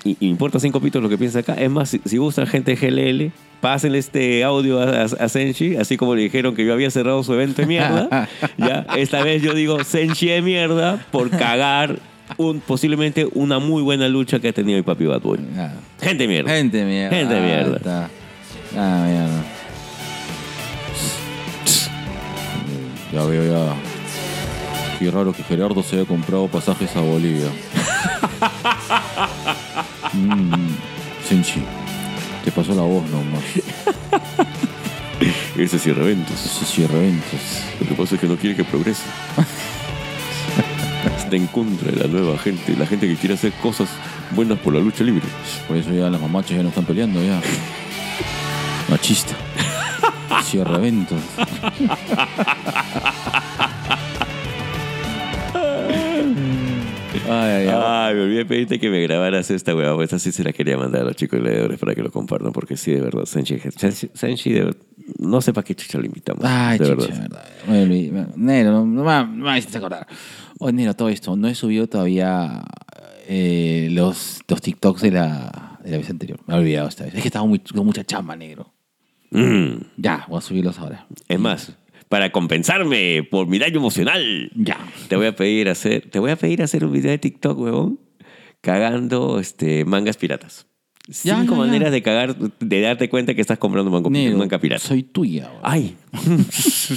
y, y importa cinco pitos lo que piensa acá. Es más, si, si gustan gente de GLL, pásenle este audio a, a- a Senshi, así como le dijeron que yo había cerrado su evento de mierda. ¿ya? Esta vez yo digo Senshi de mierda por cagar un, posiblemente una muy buena lucha que ha tenido el papi Bad Boy. Nada. Gente de mierda. Gente mierda. Gente de mierda. Ah, está. Ah, mierda. Ya veo, ya. Qué raro que Gerardo se haya comprado pasajes a Bolivia. mm, Senchi, te pasó la voz nomás. Ese cierra eventos. Ese cierre ventas. Lo que pasa es que no quiere que progrese. Está en contra de la nueva gente, la gente que quiere hacer cosas buenas por la lucha libre. Por eso ya las mamachas ya no están peleando ya. Machista. Cierra ventas. Ay, ay, ay. Ay, me olvidé pedirte que me grabaras esta huevada. porque Esta sí se la quería mandar a los chicos leedores para que lo compartan, porque sí, de verdad, Senshi, Senshi, Senshi, de verdad, no sé para qué chucha lo invitamos. Ay, de chucha, verdad. verdad. Me olvidé. Me- Nero, no, no me- no me hiciste acordar. Oye, Nero, todo esto. No he subido todavía eh, los, los TikToks de la, de la vez anterior. Me he olvidado esta vez. Es que estaba muy, con mucha chamba, negro. Mm. Ya, voy a subirlos ahora. Es más, para compensarme por mi daño emocional, Ya. te voy a pedir hacer, te voy a pedir hacer un video de TikTok, huevón, cagando este, mangas piratas. Ya, Cinco ya, ya. maneras de cagar, de darte cuenta que estás comprando mango, Negro, manga pirata. soy tuya. bro. Ay, soy,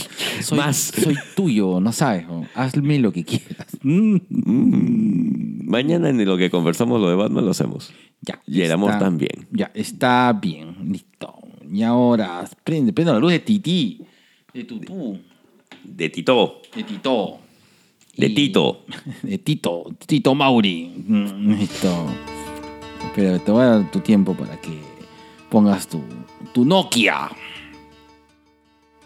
Ah, más. soy tuyo, no sabes. bro. Hazme lo que quieras. mañana en lo que conversamos lo de Batman lo hacemos. Ya. Y el está- amor también. Ya, está bien. Listo. Y ahora, prende, prende la luz de Titi. De Tutú. De Tito, De Tito. de Y- Tito. De Tito. Tito Mauri. Mm, Listo. Pero te voy a dar tu tiempo para que pongas tu, tu Nokia.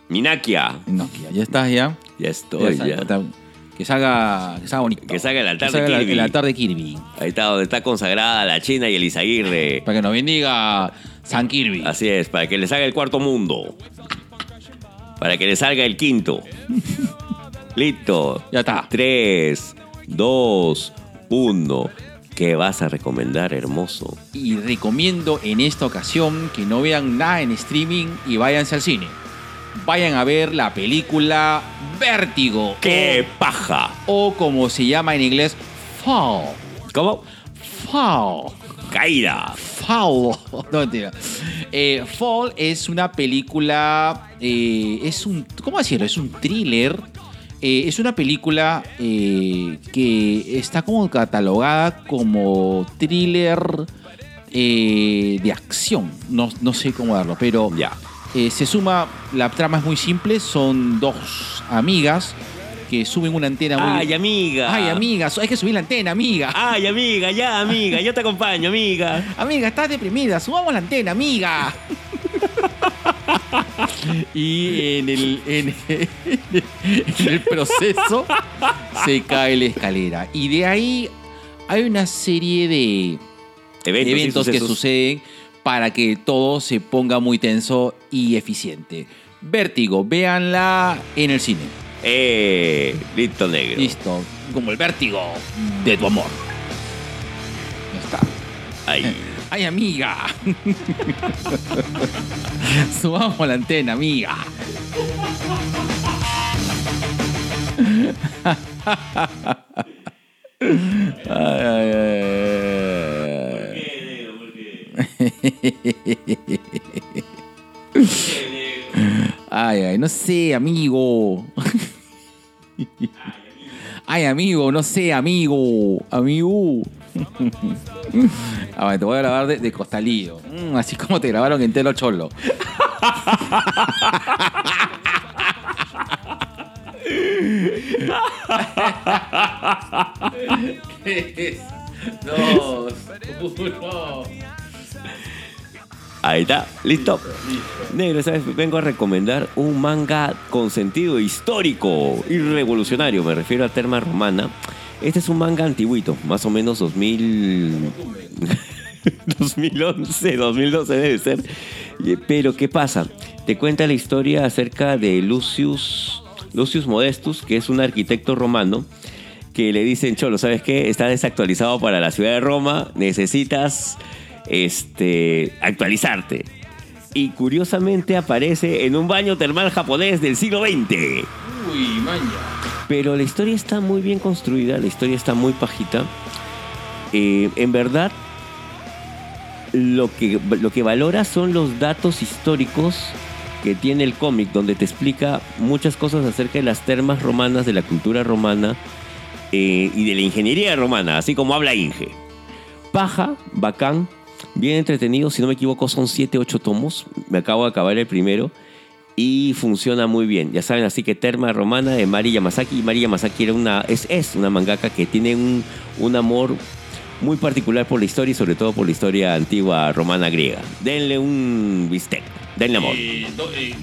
Minakia. Nokia, ya estás ya. Ya estoy, Ya ya. está, está- Que salga, que salga bonito. Que salga el altar Que salga de el- Kirby. el altar de Kirby. Ahí está donde está consagrada la China y el Izaguirre. Para que nos bendiga San Kirby. Así es, para que le salga el cuarto mundo. Para que le salga el quinto. Listo. Ya está. Tres, dos, uno. ¿Qué vas a recomendar, hermoso? Y recomiendo en esta ocasión que no vean nada en streaming y váyanse al cine. Vayan a ver la película Vértigo. ¡Qué paja! O como se llama en inglés, Fall. ¿Cómo? Fall. Caída. Fall. No, mentira. Eh, Fall es una película. eh, es un. ¿Cómo decirlo? Es un thriller. Eh, es una película eh, que está como catalogada como thriller eh, de acción. No, no sé cómo darlo, pero. Ya. Eh, se suma, la trama es muy simple, son dos amigas que suben una antena muy... ¡Ay, amiga! Ay, amigas, hay que subir la antena, amiga. ¡Ay, amiga! Ya, amiga. Yo te acompaño, amiga. Amiga, estás deprimida, subamos la antena, amiga. y en el, en, en el proceso se cae la escalera. Y de ahí hay una serie de Eventos, y eventos que sucesos. suceden para que todo se ponga muy tenso y eficiente. Vértigo, véanla en el cine. Eh, listo, negro. Listo, como el vértigo de tu amor. Ya está. Eh. Ahí. ¡Ay, amiga! Subamos la antena, amiga. Ay, ay, ay. Ay, ay, no sé, amigo. Ay, amigo, no sé, amigo. Amigo. Ah, bueno, te voy a grabar de, de costalillo. Mm, así como te grabaron entero cholo. Tres, dos, uno. Ahí está, listo. Negro, ¿sabes? Vengo a recomendar un manga con sentido histórico y revolucionario. Me refiero a Terma Romana. Este es un manga antiguito, más o menos 2000... 2011, 2012 debe ser. Y- Pero, ¿qué pasa? Te cuenta la historia acerca de Lucius, Lucius Modestus, que es un arquitecto romano, que le dicen, Cholo, ¿sabes qué? Está desactualizado para la ciudad de Roma, necesitas este, actualizarte. Y curiosamente aparece en un baño termal japonés del siglo XX. Uy, maña. Pero la historia está muy bien construida, la historia está muy pajita. Eh, en verdad, lo que, lo que valora son los datos históricos que tiene el cómic, donde te explica muchas cosas acerca de las termas romanas, de la cultura romana eh, y de la ingeniería romana, así como habla Inge. Paja, bacán, bien entretenido, si no me equivoco son 7, 8 tomos, me acabo de acabar el primero y funciona muy bien. Ya saben, así que Terma Romana de Mari Yamasaki. Y Mari Yamasaki era una, es, es una mangaka que tiene un, un amor muy particular por la historia y sobre todo por la historia antigua romana griega. Denle un bistec, denle amor.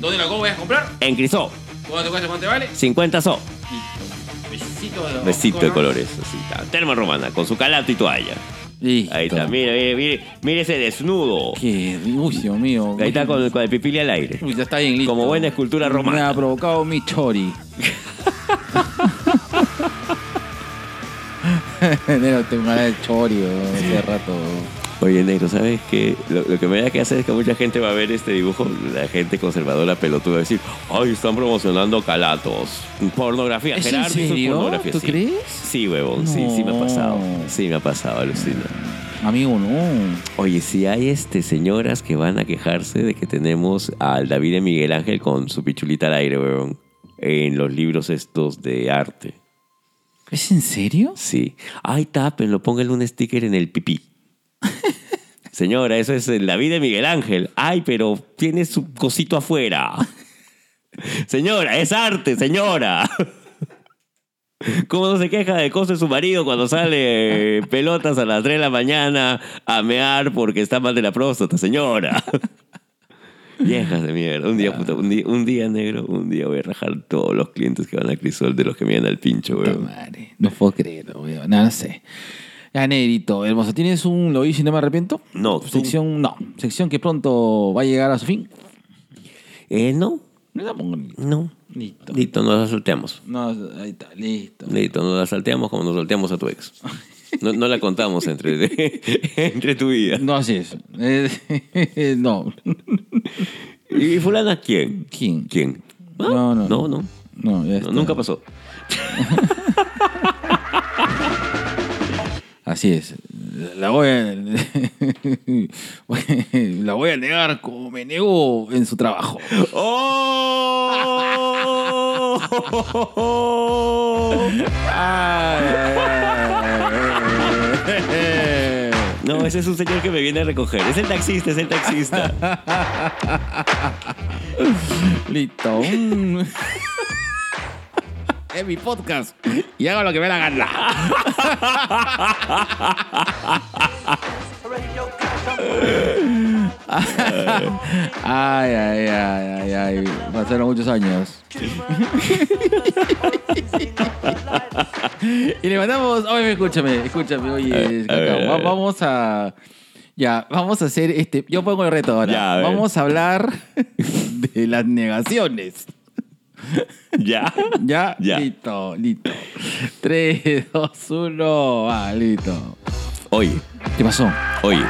¿Dónde la cómo voy a comprar? En Crisó, ¿Cuánto cuesta? ¿Cuánto vale? 50 so. Besito de Besito de colores. así está. Terma Romana, con su calato y toalla. Ahí está, mire, mire, mire, mire ese desnudo. Qué, uy, Dios mío. Ahí está con, con el pipili al aire. Uy, ya está bien listo. Como buena escultura Me romana. ha provocado mi chori. Nero, tengo ganas de chori, weón, hace rato. Oye, negro, ¿sabes qué? Lo, lo que me da que hacer es que mucha gente va a ver este dibujo, la gente conservadora pelotuda, va a decir, ay, están promocionando calatos. Pornografía, ¿Es en Gerardo hizo serio? pornografía. ¿Tú sí. crees? Sí, huevón, sí, sí me ha No. pasado. Sí me ha pasado, alucina. Amigo, no. Oye, si hay este, señoras que van a quejarse de que tenemos al David de Miguel Ángel con su pichulita al aire, huevón, en los libros estos de arte. ¿Es en serio? Sí. Ay, tápenlo, pónganle un sticker en el pipí. Señora, eso es el David de Miguel Ángel. Ay, pero tiene su cosito afuera. Señora, es arte, señora. ¿Cómo no se queja de cosas de su marido cuando sale eh, pelotas a las 3 de la mañana a mear porque está mal de la próstata, señora? Viejas de mierda. Un día, puta, un día, un día negro, un día voy a rajar todos los clientes que van al crisol de los que me dan al pincho, Puta weón. madre, no puedo creerlo, weón. Nada, no sé. Ya, Negrito, hermoso. ¿Tienes un lo hice y no me arrepiento? No, tú- Sección, no. Sección que pronto va a llegar a su fin. Eh, no, No la pongo ni- no. Listo. Listo, nos asalteamos. No, ahí está, listo. Listo, nos asalteamos como nos salteamos a tu ex. No, no la contamos entre, entre tu vida. No así es. Eh, no. ¿Y fulana quién? ¿Quién? ¿Quién? ¿Ah? No, no. Este- No, no. No, ya No, está. nunca pasó. Así es. La voy a... la voy a negar como me negó en su trabajo. ¡Oh! Ah. No, ese es un señor que me viene a recoger. Es el taxista, es el taxista. Listo. Mm. es mi podcast. Y hago lo que me la gana. Ay, ay, ay, ay, ay. Pasaron muchos años. y le mandamos. Oye, escúchame, escúchame. Oye, a ver, Cacao, a ver. va- vamos a. Ya, vamos a hacer este. Yo pongo el reto ahora. Ya, a ver. vamos a hablar de las negaciones. ya. ¿Ya? Ya. Listo, listo. 3, 2, 1, va, listo. Oye, ¿Qué pasó? oye.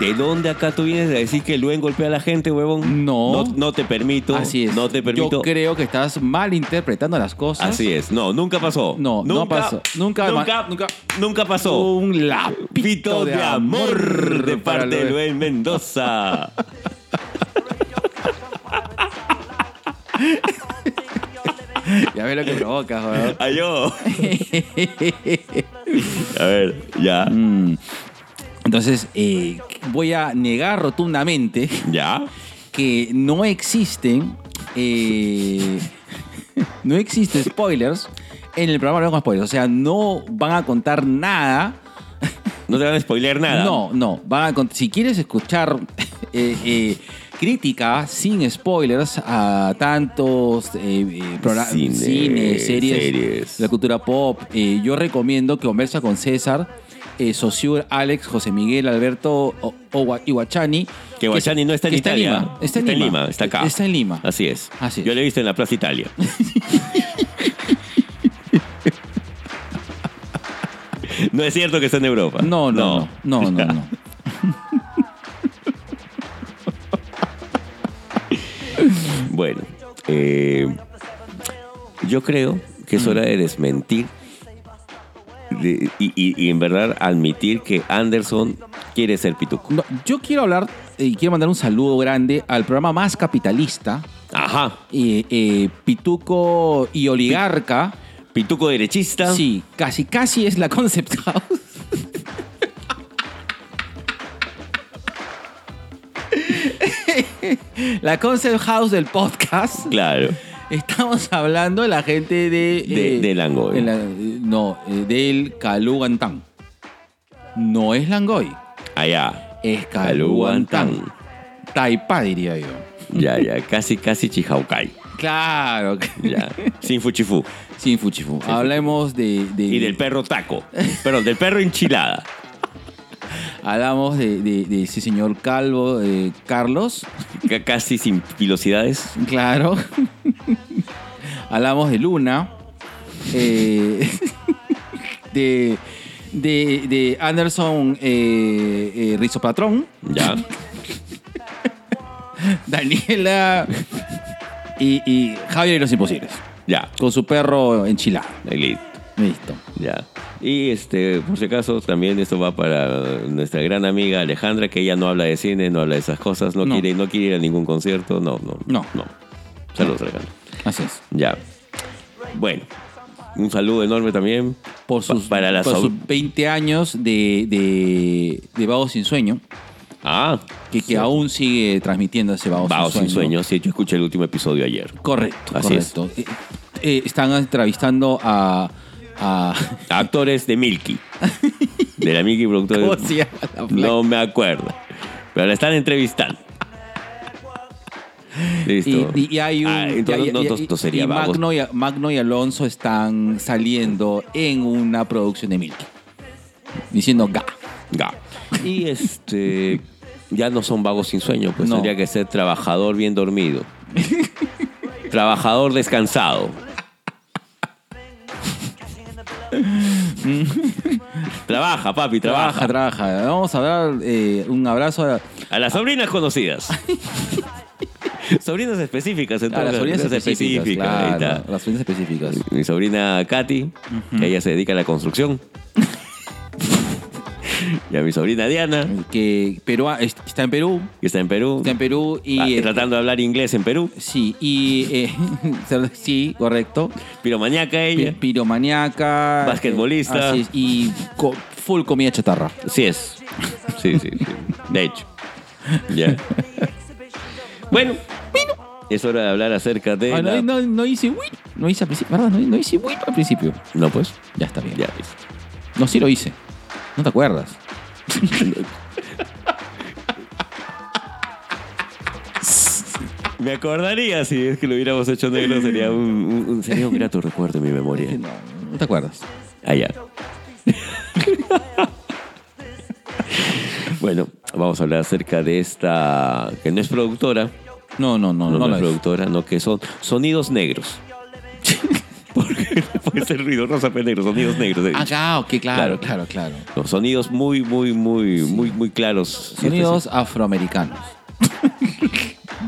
¿De dónde acá tú vienes a decir que Luen golpea a la gente, huevón? No. No, no te permito. Así es. No te permito. Yo creo que estás malinterpretando las cosas. Así es. No, nunca pasó. No, no Nunca- pasó. Nunca- Nunca. nunca- Nunca pasó. Un lapito Pito de amor de para parte de Luen. Luen Mendoza. Ya ves lo que provocas, weón. Ayó. A ver, ya. Mm. Entonces, eh, voy a negar rotundamente Ya. que no existen. eh, no existen spoilers en el programa Hablando con Spoilers. O sea, no van a contar nada. No te van a spoilear nada. No, no. Van a cont- si quieres escuchar eh, eh, crítica sin spoilers a tantos eh, eh, progra- Cine, cine, series, series. la cultura pop, eh, yo recomiendo que conversa con César, eh, Saussure, Alex, José Miguel, Alberto o- Owa- Iwachani. Que Guachani no está en que Italia. Lima, Está en Lima. Está acá. Está en Lima. Así es. Así es. Yo lo he visto en la Plaza Italia. no es cierto que está en Europa. No, no, no, no, no, no. Bueno, eh, yo creo que es hora de desmentir de- y, y- y en verdad admitir que Anderson quiere ser pituco. No, Yo quiero hablar eh, y quiero mandar un saludo grande al programa más capitalista, Ajá. eh, eh, Pituco y Oligarca. Pituco derechista. Sí, casi, casi es la Concept House. la Concept House del podcast. Claro. Estamos hablando de la gente de. eh, De- de Langoy. de la- no, eh, del Calugantán. No es Langoy, Allá. es Calugantán. Taipá, diría yo. Ya, ya. Casi, casi Chihaucay. Claro, Ya. Sin fuchifú. sin fuchifu. Hablemos de, de- Y del perro taco. Perdón, del perro enchilada. Hablamos de, de, de ese señor Calvo, eh, Carlos. C- Casi sin pilosidades. Claro. Hablamos de Luna. eh, de, de, de Anderson eh, eh, Rizopatrón. Ya. Daniela. Y, y Javier y los Imposibles. Ya. Con su perro enchilado. Ahí listo. Listo. Ya. Y este, por si acaso, también esto va para nuestra gran amiga Alejandra, que ella no habla de cine, no habla de esas cosas, no, No. Quiere, no quiere ir a ningún concierto. No, no. No. No. Saludos, Alejandra. Así es. Ya. Bueno. Un saludo enorme también. Por Pa- sus, para la por sau- sus 20 años de, de, de Vago Sin Sueño. Ah. Que, que aún sigue transmitiendo ese Vago, Vago sin Sin Sueño. sueños. Sí, yo escuché el último episodio ayer. Correcto, Así es. correcto. Eh, eh, están entrevistando a. a Actores de Milky. De la Milky Productora. ¿Cómo se llama la flaca? No me acuerdo. Pero la están entrevistando. Listo. Y, y hay un. Ah, entonces y- y- no- no- y- no sería y vagos. Magno y, Magno y Alonso están saliendo en una producción de Milky. Diciendo ga. Ga. Y este. Ya no son vagos sin sueño, pues No. tendría que ser trabajador bien dormido. trabajador descansado. trabaja, papi, Trabaja, trabaja. trabaja. Vamos a dar eh, un abrazo a, A las sobrinas conocidas. sobrinas específicas, a entonces. las sobrinas específicas. ahí claro, está. a las sobrinas específicas. Mi sobrina Katy, que ella se dedica a la construcción. y a mi sobrina Diana, Que Perua- es- está en Perú. que está en Perú. Está en Perú y. Ah, eh, tratando de hablar inglés en Perú. Sí, y. eh, sí, correcto. Piromaniaca ella. Pi- Piromaniaca. Basquetbolista. Así es, y co- full comida chatarra. sí es. Sí, sí, sí. De hecho. Ya. Bueno. Es hora de hablar acerca de... Ah, no, la- no- no hice whip. No hice al principio. ¿Verdad? No, no hice whip al principio. No, pues. Ya está bien. Ya. No, sí lo hice. No te acuerdas. Me acordaría si es que lo hubiéramos hecho negro. Sería un, un- un- sería un grato recuerdo en mi memoria. No, no te acuerdas. Allá. bueno, vamos a hablar acerca de esta... Que no es productora. No, no, no, No, no, no, lo es es. productora, no, que son sonidos negros. Porque puede ser ruido rosa, pero negro, sonidos negros. he dicho. Ah, ok, claro, Claro. claro, claro. Los sonidos muy, muy, muy, muy, muy claros. Sonidos afroamericanos.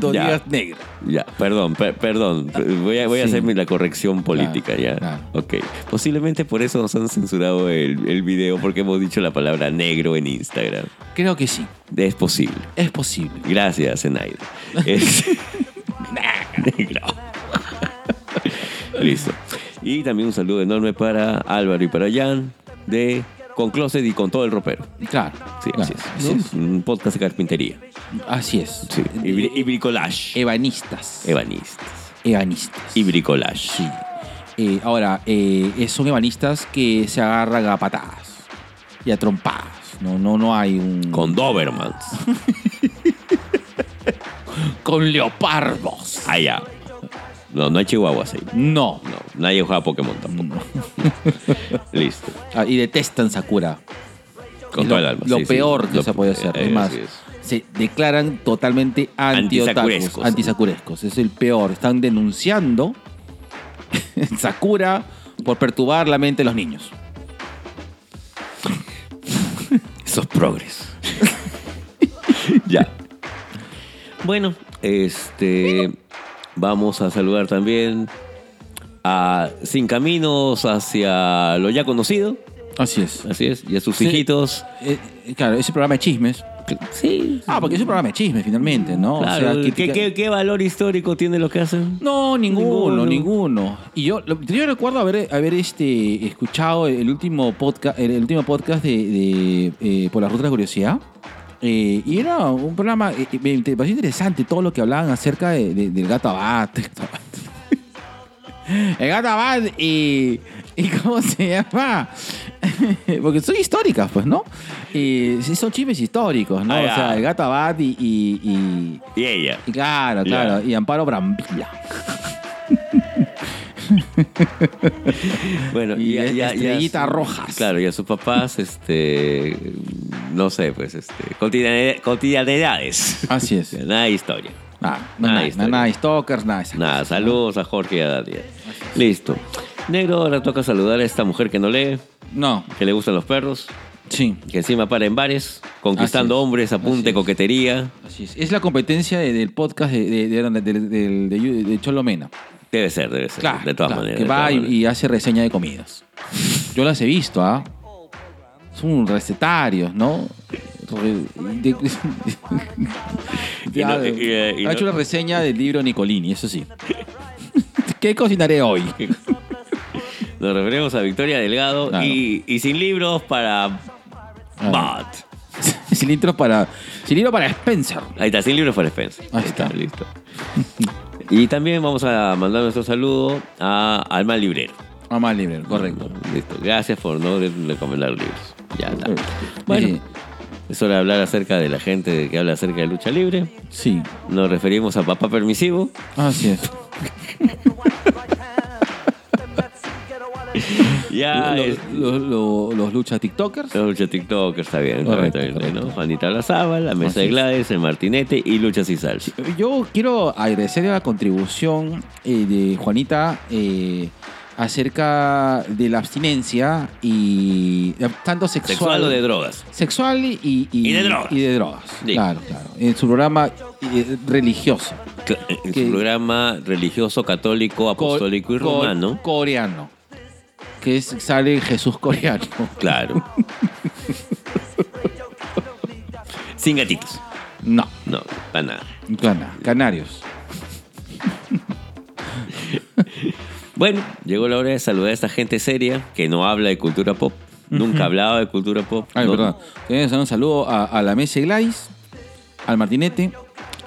Sonidos negros. Ya, perdón, per- perdón. Voy a, voy a Sí. hacerme la corrección política ya. claro. Ok. Posiblemente por eso nos han censurado el, el video, porque hemos dicho la palabra negro en Instagram. Creo que sí. Es posible. Es posible. Gracias, Zenaida. Es- Negro. Listo. Y también un saludo enorme para Álvaro y para Jan de Con Closet y con todo el ropero. Claro. Sí, claro, así es. ¿no? Un podcast de carpintería. Así es. Sí. Y, bri- y Eh, bricolage. Ebanistas. Ebanistas. ebanistas. Y bricolage. Sí. Eh, ahora, eh, eh, son ebanistas que se agarran a patadas y a trompadas. No, no, no hay un. Con Dobermans. con leopardos. Allá. No, no hay chihuahuas ahí. No. No, nadie juega a Pokémon tampoco. Listo. Ah, y detestan Sakura. Con Es todo lo, el alma. lo Sí, sí. peor que Lo- se puede hacer. eh, es más, así es. se declaran totalmente anti-otakus. Antisakurescos. Antisakurescos. Es el peor. Están denunciando Sakura por perturbar la mente de los niños. Esos progres. ya. Bueno, este. Vamos a saludar también a Sin Caminos hacia lo ya conocido. Así es. Así es. Y a sus Sí. hijitos. Eh, claro, ese programa de chismes. Sí. Ah, porque es un programa de chismes, finalmente, ¿no? O Claro, sea, que- ¿qué, qué- qué valor histórico tiene lo que hacen? No, ninguno, Ninguno. ninguno, Y yo, lo- yo recuerdo haber, haber este, escuchado el último podcast, el, el último podcast de, de, eh, por la ruta de la curiosidad. Eh, y era un programa, eh, eh, me inter- pareció interesante todo lo que hablaban acerca de- de- del gato Abad. El gato Abad y, y cómo se llama. Porque son históricas, pues, ¿no? Eh, sí, son chismes históricos, ¿no? Ah, ya. o sea, el gato Abad y- y- y Y ella. y Claro, Ya. claro. Y Amparo Brambila. Bueno, Y ya- ya- ya Estrellita su- Rojas. Claro, y a sus papás, este. No sé, pues, este. cotidiane- Cotidianidades. Así es. Nada de historia. Nada, Nada, nada, historia. nada, nada de stalkers, nada. de esas Nada, cosas. saludos a Jorge y a Daniel. Listo. Negro, ahora toca saludar a esta mujer que no lee, No, que le gustan los perros, sí. que encima para en bares, conquistando Así es. hombres, apunte, Así es. coquetería. Así es. Es la competencia de- del podcast de, de, de- de- de- de- de Cholomena. Debe ser, debe ser. Claro. de todas claro, maneras. Que de va todas y, maneras. y hace reseña de comidas. Yo las he visto, ¿ah? Son recetarios, ¿no? De- de- Y no- y- eh, y- y ha hecho no- una reseña del libro Nicolini, eso sí. ¿Qué cocinaré hoy? Nos referimos a Victoria Delgado Claro. y, y sin libros para Ah. Bat. Sin intro para. Sin intro para Spencer. Ahí está, sin libros para Spencer. Ahí está. listo. y también vamos a mandar nuestro saludo a Alma Librero. Mamá libre, correcto. Listo, gracias por no recomendar libros. Ya está. Eh, Bueno, eh, Es hora de hablar acerca de la gente que habla acerca de lucha libre. Sí, Nos referimos a Papá Permisivo. así es. Ya, Lo- es- lo- lo- los lucha TikTokers. los lucha TikTok está bien, Correcto, correcto, correcto. ¿no? Juanita Lazaba, la mesa Así de es. Gladys, el Martinete y Luchas y Salsa. Yo quiero agradecer la contribución eh, de Juanita eh, acerca de la abstinencia y eh, tanto sexual, Sexual o de drogas. sexual y, Y de drogas. y de drogas. Sí. Claro, claro. En su programa eh, religioso. Cla- En Eh, Que- su programa religioso, católico, Co- apostólico y co- romano. Coreano. Que es, sale Jesús coreano. Claro. Sin gatitos. No, No, para nada. cana- canarios. Bueno, llegó la hora de saludar a esta gente seria que no habla de cultura pop. Nunca hablaba de cultura pop. Ay, no- perdón. Quería hacer un saludo a, a la mesa de Gladys, al Martinete,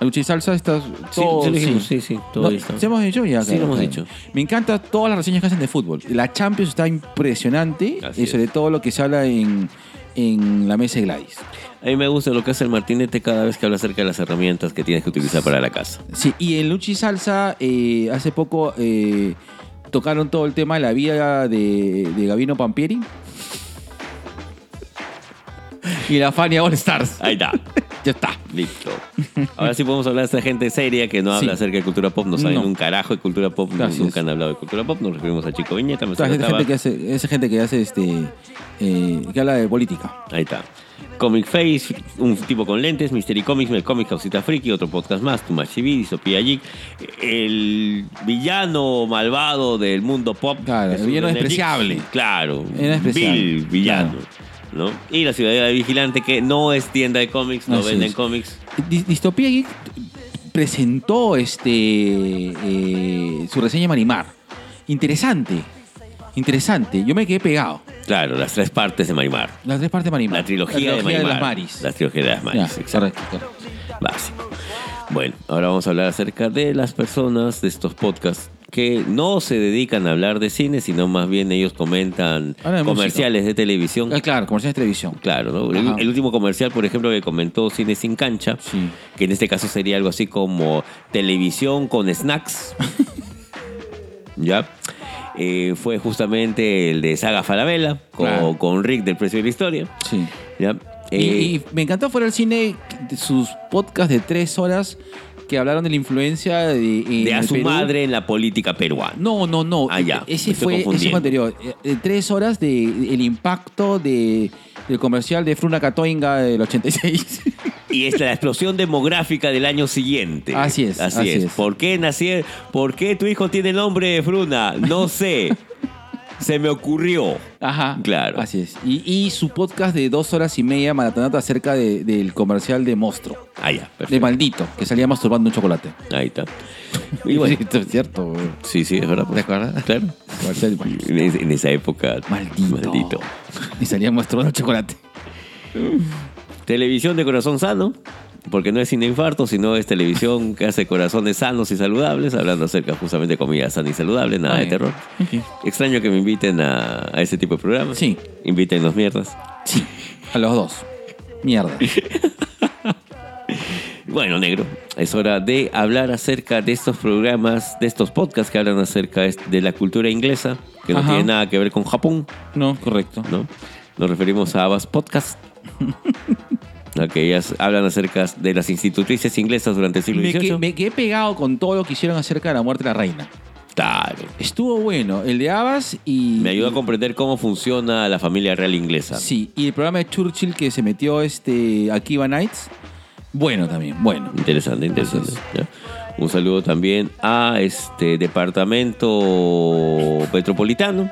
a Lucha y Salsa. Estas, Sí, todo- sí, lo dijimos, sí, sí, todo No, está. ¿sí hemos dicho ya? Sí, lo hemos Ok. dicho. Me encantan todas las reseñas que hacen de fútbol. La Champions está impresionante Así y sobre es. todo lo que se habla en, en la mesa de Gladys. A mí me gusta lo que hace el martinete cada vez que habla acerca de las herramientas que tienes que utilizar para la casa. Sí, y en Lucha y Salsa eh, hace poco eh, tocaron todo el tema de la vida de, de Gabino Pampieri y la Fania All Stars. Ahí está. Ya está. Listo. Ahora sí podemos hablar de esta gente seria que no Sí. habla acerca de cultura pop, no saben No. un carajo de cultura pop, nu- Así nunca es. han hablado de cultura pop. Nos referimos a Chico Viñeta, me Esa gente, saludaba. gente que hace, esa gente que hace este eh, que habla de política. Ahí está. Comic Face, un tipo con lentes, Mystery Comics, el Comic Causita Friki, otro podcast más, Tumash TV, Disopía Geek, el villano malvado del mundo pop. Claro, el Jesús villano Daniel Geek. despreciable. Claro, Era despreciable, vil villano. ¿no? Y la ciudadela de vigilante que no es tienda de cómics, no Así venden es. cómics. Di- Distopía Geek presentó este eh, su reseña de Marimar. Interesante. Interesante. Yo me quedé pegado. Claro, las tres partes de Marimar. Las tres partes de Marimar. La trilogía, de de Marimar. las Maris. La trilogía de las Ya, Maris, exacto. correcto, correcto. básico. Bueno, ahora vamos a hablar acerca de las personas de estos podcasts que no se dedican a hablar de cine, sino más bien ellos comentan Habla de comerciales de televisión. Ah, claro, comerciales de televisión. Claro, ¿no? Ajá. El, el último comercial, por ejemplo, que comentó Cine sin cancha, Sí. que en este caso sería algo así como televisión con snacks. ¿Ya? Eh, fue justamente el de Saga Falabella con, Claro. con Rick del Precio de la Historia. Sí. ¿Ya? Y, Eh, y me encantó fuera del cine de sus podcasts de tres horas que hablaron de la influencia de, en de a el su Perú. madre en la política peruana. No, no, no. Ah, ya. Me Ese estoy fue, ese confundiendo. fue anterior. Eh, eh, tres horas de el impacto de, del comercial de Fruna Catoinga del 86. Y es la explosión demográfica del año siguiente. Así es, Así, así es. es. ¿Por qué nací- ¿Por qué tu hijo tiene nombre de Fruna? No sé. Se me ocurrió. Ajá. Claro. Así es. Y, y su podcast de dos horas y media maratonato acerca de- del comercial de Monstruo. Ah, ya, De perfecto. Maldito, que salía masturbando un chocolate. Ahí está. Y bueno, Sí, esto es cierto. güey. sí, sí, es verdad. pues. ¿Te acuerdas? Claro. Comercial de Maldito. En, es- en esa época. Maldito. Y salía masturbando un chocolate. Televisión de corazón sano. Porque no es cine infarto, sino es televisión que hace corazones sanos y saludables, hablando acerca justamente de comida sana y saludable, nada de Ay. terror. Extraño que me inviten a, a ese tipo de programas. Sí. Inviten los mierdas. A los dos. Mierda. Bueno, negro, es hora de hablar acerca de estos programas, de estos podcasts que hablan acerca es- de la cultura inglesa, que no Ajá. tiene nada que ver con Japón, No, correcto. ¿no? Nos referimos a Abbas Podcast. ¿no? que ellas hablan acerca de las institutrices inglesas durante el siglo Me, que- XVIII. me quedé pegado con todo lo que hicieron acerca de la muerte de la reina. Claro. Estuvo bueno, el de Abbas y. Me ayuda a comprender cómo funciona la familia real inglesa. Sí, y el programa de Churchill que se metió este Akiva Nights. Bueno también, bueno. Interesante, interesante. Así ¿ya? Un saludo también a este departamento metropolitano,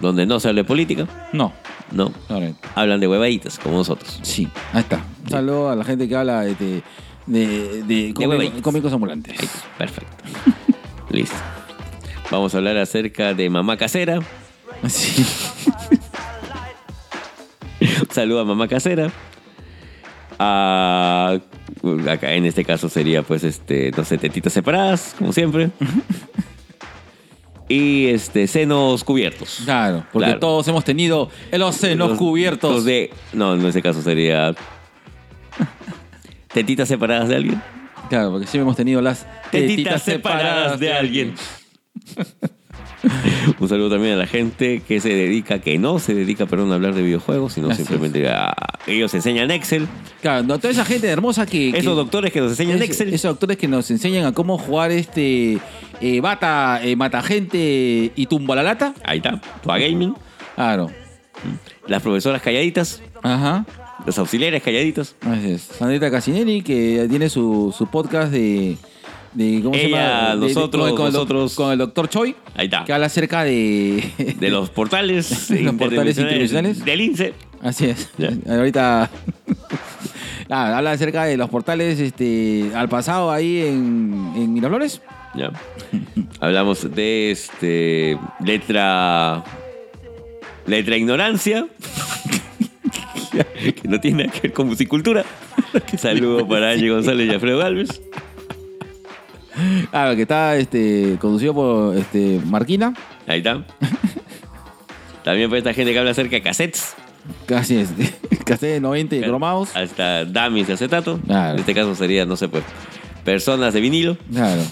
donde no se habla de política, No, no, correcto. hablan de huevaditas como nosotros. Sí, ahí está. Un saludo a la gente que habla de, de, de, de cómico- huevitos. cómicos ambulantes. Ahí, perfecto. Listo. Vamos a hablar acerca de mamá casera. Sí. Saludo a mamá casera. A- acá en este caso sería pues este, no sé, tetitas separadas, como siempre. y este, senos cubiertos. Claro, porque Claro. todos hemos tenido los senos Los- cubiertos. los de. No, en ese caso sería. Tetitas separadas de alguien. Claro, porque siempre hemos tenido las Tetitas, separadas de alguien. Un saludo también a la gente que se dedica, que no se dedica, perdón, a hablar de videojuegos, sino Así simplemente a. Ellos enseñan Excel. Claro, no, toda esa gente hermosa que. que- Esos doctores que nos enseñan es- Excel. Esos actores que nos enseñan a cómo jugar este eh, bata, eh, mata gente y tumba la lata. Ahí está. Tua Gaming. Claro. Las profesoras calladitas. Ajá. Los auxiliares calladitos. Así es. Sandrita Casinelli, que tiene su, su podcast de. de- ¿Cómo se Ella, llama? De- de- nosotros, con, el doc- nosotros. con el doctor Choi, Ahí está. que habla acerca de. De los portales. Los portales internacionales, internacionales. Del INSE. Así es. Ya. Ahorita. Nada, habla acerca de los portales este, al pasado ahí en, en Miraflores. Ya. Hablamos de este. Letra. Letra ignorancia. que no tiene nada que ver con musicultura. Saludo para Angie González y Alfredo Galvez. Claro, que está este, conducido por este, Marquina. Ahí está. También para esta gente que habla acerca de cassettes. Casi es. Casi de 90 y cromados. Hasta dummies de acetato. Claro. En este caso sería, no sé, pues. Personas de vinilo. Claro.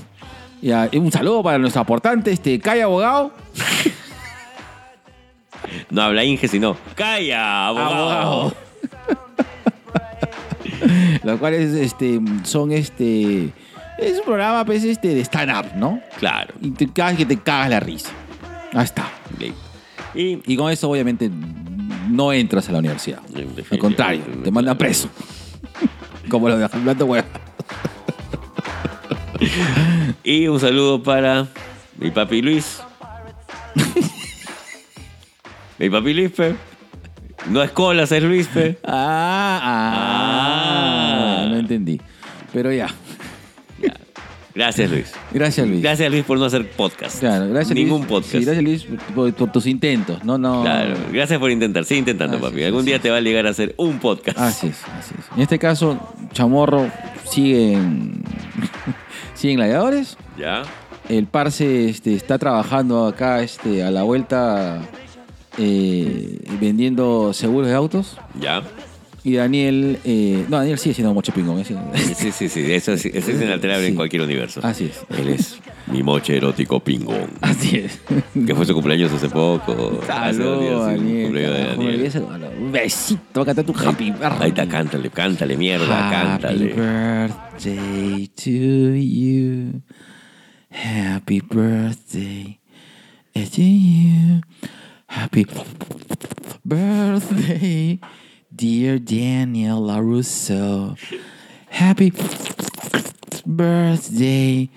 Y a- y un saludo para nuestro aportante, este, Kai Abogado. No habla Inge, sino. ¡Calla, abogado! Los cuales este, son este. Es un programa, pues, este, de stand-up, ¿no? Claro. Y te, cada vez que te cagas la risa. Ahí está. Listo. Y Y con eso, obviamente, no entras a la universidad. Al contrario, te mandan preso. Como lo de Hablando Hueá. Y un saludo para mi papi Luis. mi papi Luis, pe. No es colas, es Luis, pe. Ah, ah, Ah. No entendí. Pero ya. Gracias, Luis. Gracias, Luis. Gracias, Luis, por no hacer podcast. Claro, gracias, Ningún Luis. podcast. Sí, gracias, Luis, por, por tus intentos. No, no. Claro, gracias por intentar. Sigue intentando, Así papi. es, Algún así día es. te va a llegar a hacer un podcast. Así es, así es. En este caso, Chamorro sigue en, sigue en Gladiadores. ¿Ya? El Parce este, está trabajando acá este, a la vuelta eh, vendiendo seguros de autos. ¿Ya? Y Daniel, eh, no, Daniel sigue siendo mocho pingón. ¿eh? ese- Sí, sí, sí. Eso es, eso es inalterable Sí. en cualquier universo. Así es. Ah. Él es mi moche erótico pingón. Así es. Que fue su cumpleaños hace poco. Hace dos días, Saludos, sí, cumpleaños de Daniel. Como Daniel. le dice, bueno, Un besito, va a cantar tu happy birthday. Ahí está, cántale, cántale, mierda, Happy cántale. birthday to you. Happy birthday to you. Happy birthday, dear Daniel LaRusso. Happy birthday.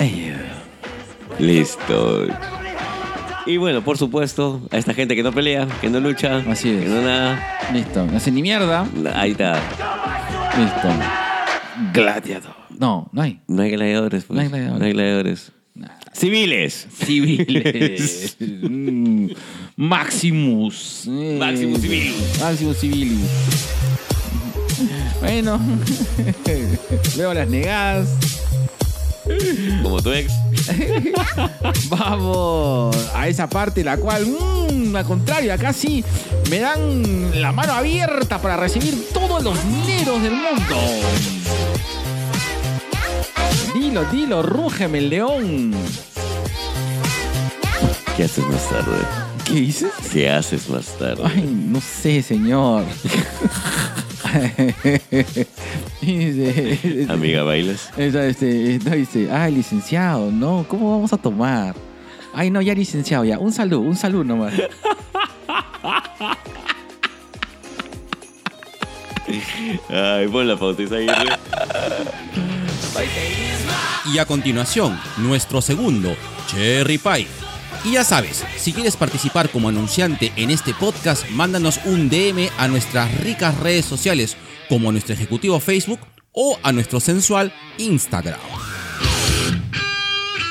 a you. Listo. Y bueno, por supuesto, a esta gente que no pelea, que no lucha, Así es. que no nada. Listo, no hace ni mierda. Ahí está. Listo. Gladiador. No, no hay. No hay gladiadores. pues. No hay gladiadores. No hay gladiadores. Civiles. civiles. Mm, Maximus. Eh, Maximus Civilius. Maximus Civilius. Bueno, veo las negadas. Como tu ex. Vamos a esa parte la cual, mm, al contrario, acá sí me dan la mano abierta para recibir todos los dineros del mundo. Dilo, dilo, rúgeme el león. ¿Qué haces más tarde? ¿Qué dices? ¿Qué haces más tarde? Ay, no sé, señor. dice, Amiga, ¿bailas? esa, este, no, dice, ay, licenciado, no, ¿cómo vamos a tomar? Ay, no, ya licenciado, ya. Un saludo, un saludo nomás. Ay, pon la ¿eh? pauta, Isaguirre. Y a continuación, nuestro segundo, Cherry Pie. Y ya sabes, si quieres participar como anunciante en este podcast, mándanos un DM a nuestras ricas redes sociales, como a nuestro ejecutivo Facebook o a nuestro sensual Instagram.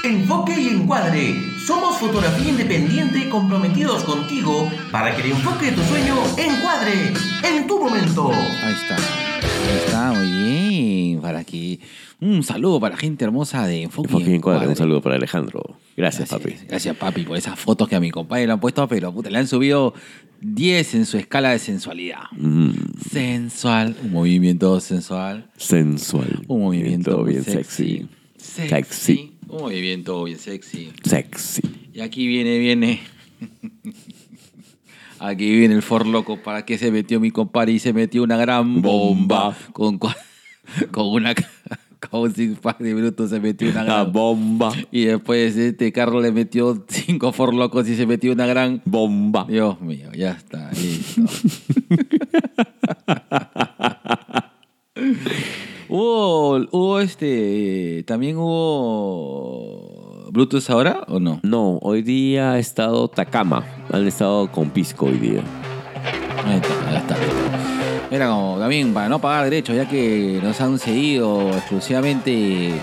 Enfoque y encuadre. Somos fotografía independiente comprometidos contigo para que el enfoque de tu sueño encuadre en tu momento. Ahí está. Ahí Está muy bien. Para que... Un saludo para gente hermosa de Enfoque, Enfoque y Encuadre, Encuadre. un saludo para Alejandro. Gracias, papi. Gracias, papi, por esas fotos que a mi compadre le han puesto, pero puta, le han subido 10 en su escala de sensualidad. Mm, Sensual. Un movimiento sensual. sensual. Un movimiento bien sexy. sexy. Sexy. Un movimiento bien sexy. Sexy. Y aquí viene, viene. Aquí viene el forloco. ¿Para qué se metió mi compadre? Y se metió una gran bomba. Bomba. Con, cua- con una. Con un six pack de bruto se metió una La gran bomba. Y después este carro le metió cinco forlocos y se metió una gran. Bomba. Dios mío, ya está, listo. hubo, hubo este. También hubo. Bluetooth ahora o no? No, hoy día ha estado Takama. Han estado con Pisco hoy día. Ahí está, ya está. Era como también para no pagar derechos, ya que nos han cedido exclusivamente,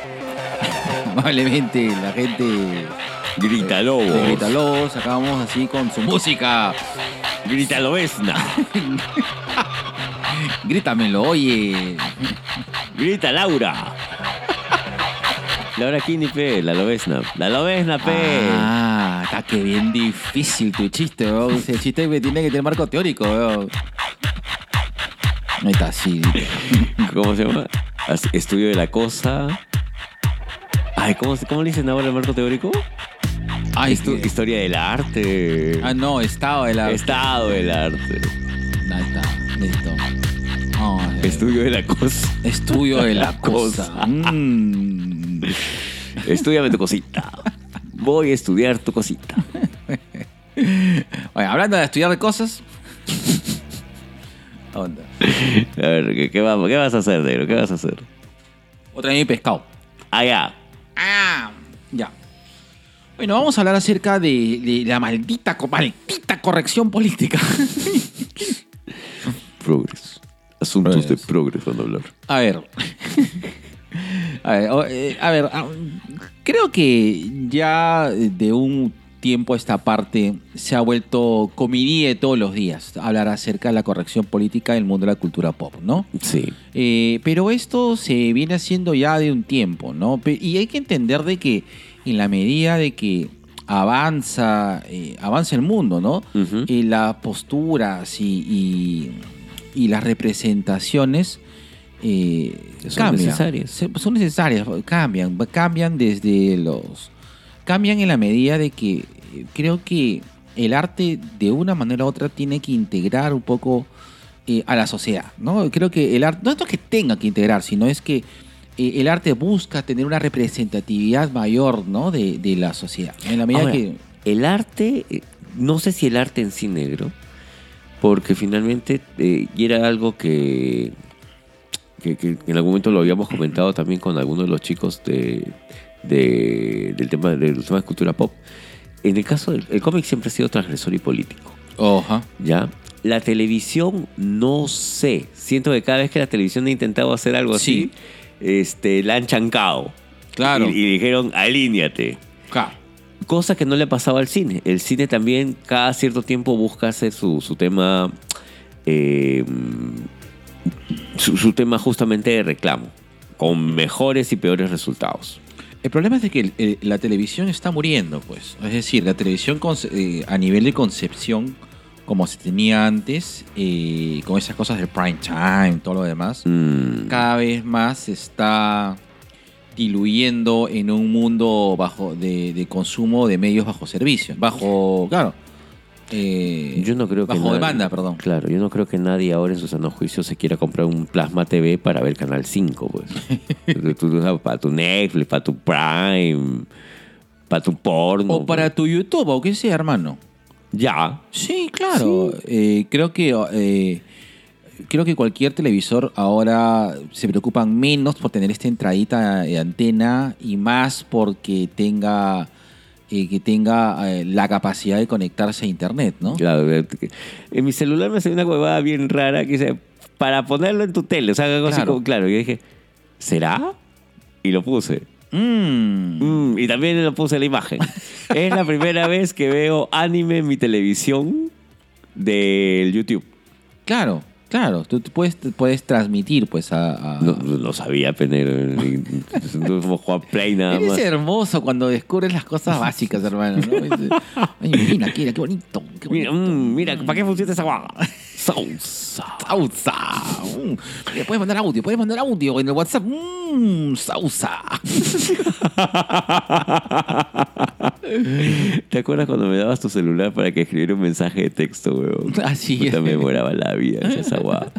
amablemente, la gente Grita lobo. de Grita Lobos. Acabamos así con su música. Grita lobesna. Grítamelo, oye. Grita Laura. Laura Kini, pe. La lobesna. La lobesna, pe. Ah, está que bien difícil tu chiste, weón. Ese chiste que tiene que tener marco teórico, weón. Ahí está, sí. ¿Cómo se llama? As- Estudio de la cosa. Ay, ¿cómo, se- cómo le dicen ahora el marco teórico? Ay, Histo- Este que- Historia del arte. Ah, no, estaba de la. Estado del arte. Ahí está, listo. No, eh, Estudio de la cosa. estudio de la cosa. cosa. Mm. Estudiame tu cosita. Voy a estudiar tu cosita. Oye, hablando de estudiar de cosas. Onda. A ver, ¿qué, qué va- qué vas a hacer, negro? ¿Qué vas a hacer? Otra vez mi pescado. Allá. Ah, ya. Bueno, vamos a hablar acerca de, de la maldita, co- maldita corrección política. Progress. Asuntos Progress. de progress cuando hablar. A ver. A ver, o- eh, a ver, ah, creo que ya de un tiempo a esta parte se ha vuelto comidilla de todos los días hablar acerca de la corrección política del mundo de la cultura pop, ¿no? Sí. Eh, pero esto se viene haciendo ya de un tiempo, ¿no? Pe- Y hay que entender de que en la medida de que avanza, eh, avanza el mundo, ¿no? Ujú. Eh, las posturas y, y- y las representaciones eh, Son pues, cambian. necesarias. Se- Son necesarias, cambian, va- cambian desde los... Cambian en la medida de que eh, creo que el arte de una manera u otra tiene que integrar un poco eh, a la sociedad. ¿no? Creo que el arte, no es que tenga que integrar, sino es que eh, el arte busca tener una representatividad mayor ¿no? de, de la sociedad. En la medida Ahora, que... El arte, eh, no sé si el arte en sí negro, porque finalmente eh, y era algo que, que, que en algún momento lo habíamos comentado también con algunos de los chicos de, de- del tema de los temas de cultura pop. En el caso del el cómic siempre ha sido transgresor y político, Oja. ¿ya? La televisión, no sé. Siento que cada vez que la televisión ha intentado hacer algo Sí. así, este, la han chancado. Claro. Y, y dijeron, alíñate Claro. cosa que no le pasaba al cine. El cine también cada cierto tiempo busca hacer su, su tema, eh, su, su tema justamente de reclamo, con mejores y peores resultados. El problema es de que el- el- la televisión está muriendo, pues. Es decir, la televisión conce- eh, a nivel de concepción, como se tenía antes, eh, con esas cosas del prime time, todo lo demás, Mm, cada vez más se está diluyendo en un mundo bajo de, de consumo de medios bajo servicio, bajo, claro, eh, yo no creo que bajo nadie- demanda, perdón. Claro, yo no creo que nadie ahora en su sano juicio se quiera comprar un plasma TV para ver Canal 5, pues. Tú- tú usas para tu Netflix, para tu Prime, para tu porno. O para pues. tu YouTube, o que sea, hermano. Ya. Sí, claro. Eh, creo que eh, creo que cualquier televisor ahora se preocupan menos por tener esta entradita de antena y más porque tenga eh, que tenga eh, la capacidad de conectarse a internet, ¿no? Claro, eh, que- en mi celular me salió una huevada bien rara que dice, para ponerlo en tu tele, o sea, algo así Claro. como, claro, yo dije, ¿será? Y lo puse. Mm. Mm, y también lo puse la imagen. es la primera vez que veo anime en mi televisión del YouTube. Claro. Claro, tú tú puedes, puedes transmitir pues a... a- No, no sabía, Penero. ni- ni- Como Juan Play nada Eres más. hermoso cuando descubres las cosas básicas, hermano. ¿no? Ay, mira, qué, qué bonito. Qué Mira, bonito. mm, mira, ¿para qué funciona esa guagua? Sausa. Sausa. Mm. Mira, Puedes mandar audio, puedes mandar audio en el WhatsApp. Mm, sausa. ¿Te acuerdas cuando me dabas tu celular para que escribiera un mensaje de texto, weón? Así Puta, es. me demoraba la vida en esa guagua.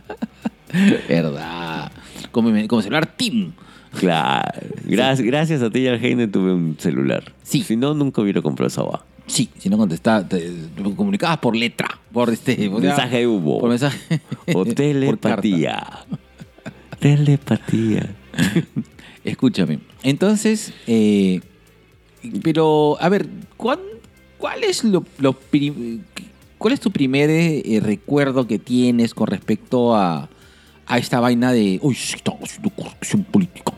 Verdad. Como, mi- como celular Tim. Claro. Gracias, gracias a ti y al Heine tuve un celular. Sí. Si no, nunca hubiera comprado esa guagua. Sí, si no contestaba, te, te comunicabas por letra, por este por- Mensaje hubo. Por mensaje. O por telepatía. Telepatía. carta. Escúchame. Entonces, eh, pero, a ver, ¿cuán- ¿cuál es lo, lo pri- cuál es tu primer eh, recuerdo que tienes con respecto a, a esta vaina de uy sí, estamos haciendo corrupción política?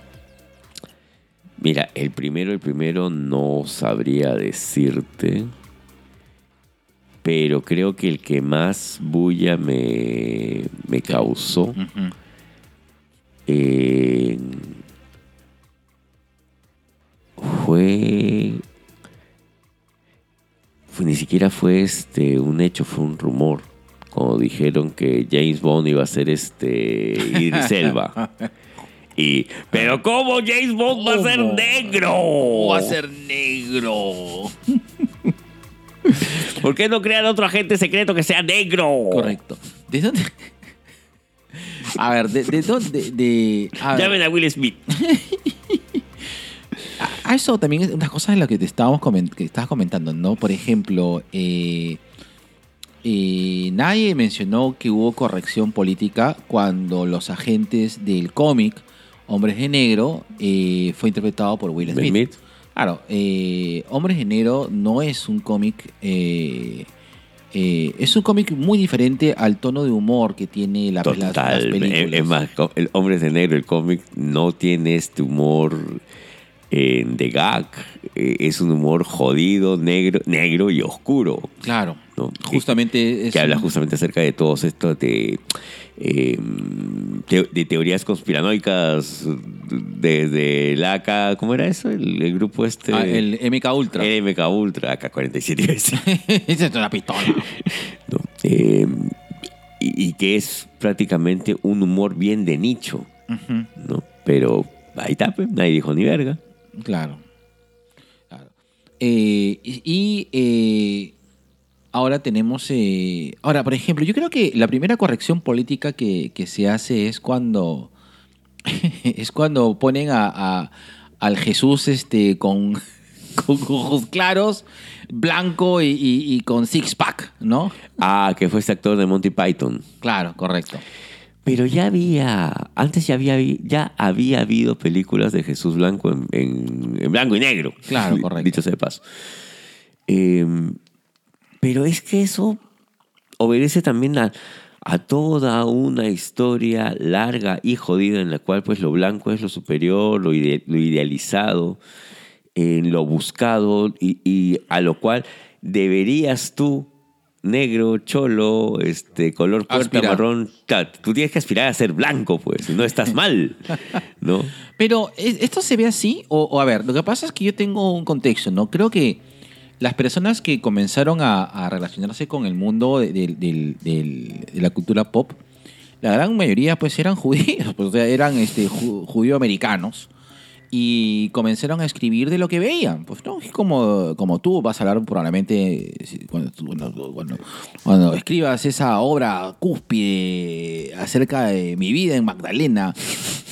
Mira, el primero, el primero no sabría decirte. Pero creo que el que más bulla me, me causó. eh, fue, fue- Ni siquiera fue este un hecho, fue un rumor. Cuando dijeron que James Bond iba a ser este Idris Elba. Y, pero ¿cómo James Bond va a ser negro? Va a ser negro. ¿Por qué no crean otro agente secreto que sea negro? Correcto. ¿De dónde? A ver, ¿de, de dónde? De, a ver. Llamen a Will Smith. Ah, eso también es una cosa de la que te estábamos comen- que estabas comentando, ¿no? Por ejemplo, eh, eh, nadie mencionó que hubo corrección política cuando los agentes del cómic Hombres de Negro eh, fue interpretado por Will Smith. Smith. Claro, eh, Hombres de Negro no es un cómic... eh, eh, es un cómic muy diferente al tono de humor que tiene la, las- las Total. eh, películas. Es es más, co- el Hombre de Negro, el cómic, no tiene este humor eh, de gag. Eh, Es un humor jodido, negro, negro y oscuro. Claro, No, que- justamente es que habla un- justamente acerca de todos estos de, eh, te- de teorías conspiranoicas desde la AK, ¿cómo era eso? El, el grupo este. Ah, el MK Ultra. El MK Ultra, AK-47 iba a decir. Esa es una pistola. ¿no? Eh, y, y que es prácticamente un humor bien de nicho, ¿no? Pero ahí está, pues, nadie dijo ni verga. Claro. Claro. Eh, y y, eh, ahora tenemos. eh, ahora, por ejemplo, yo creo que la primera corrección política que, que se hace es cuando. es cuando ponen a, a- al Jesús este con, con ojos claros, blanco y, y- y con six-pack, ¿no? Ah, que fue este actor de Monty Python. Claro, correcto. Pero ya había, antes ya había, ya había habido películas de Jesús Blanco en, en- en blanco y negro. Claro, correcto. Dicho sea de paso. Eh, pero es que eso obedece también a, a toda una historia larga y jodida en la cual pues lo blanco es lo superior, lo, ide- lo idealizado, en lo buscado y, y a lo cual deberías tú, negro, cholo, este color puerta Aspirar. marrón, claro, tú tienes que aspirar a ser blanco, pues, no estás mal, ¿no? Pero, ¿es- ¿esto se ve así? O, o, a ver, lo que pasa es que yo tengo un contexto, ¿no? Creo que las personas que comenzaron a, a relacionarse con el mundo de, del- del- del- de la cultura pop, la gran mayoría pues eran judíos, pues, o sea, eran este, ju- judío-americanos. Y comenzaron a escribir de lo que veían. Pues no, es como, como tú vas a hablar probablemente si- cuando, tú- cuando- cuando- cuando escribas esa obra cúspide acerca de mi vida en Magdalena,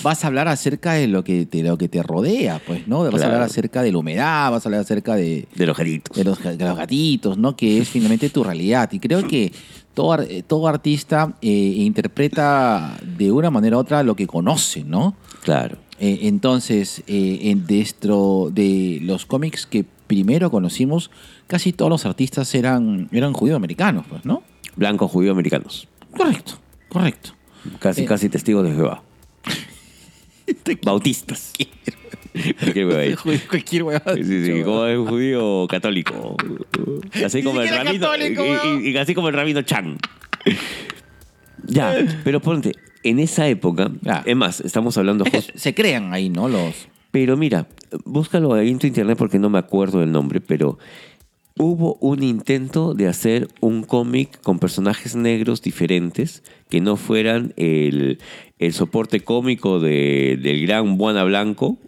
vas a hablar acerca de lo que te, lo que te rodea, pues, ¿no? Vas a hablar Claro. acerca de la humedad, vas a hablar acerca de, De los garitos. de los, de los gatitos, ¿no? Que es finalmente tu realidad. Y creo que todo, ar- eh, todo artista eh, interpreta de una manera u otra lo que conoce, ¿no? Claro. Eh, entonces, eh, en- dentro de los cómics que primero conocimos, casi todos los artistas eran, eran judío-americanos, pues, ¿no? Blancos judíos americanos. Correcto, correcto. Casi, Eh. casi testigos de Jehová. Bautistas. Cualquier hueva ahí. Cualquier huevada. Sí, sí, como es un judío católico. Así como el siquiera rabino. católico, y- y, weón. y así como el rabino Chan. Ya, pero ponte, en esa época, Ya. es más, estamos hablando Ah. Es que justo- se crean ahí, ¿no? Los. Pero mira, búscalo ahí en tu internet porque no me acuerdo del nombre, pero hubo un intento de hacer un cómic con personajes negros diferentes que no fueran el, el soporte cómico de- del gran Buana Blanco,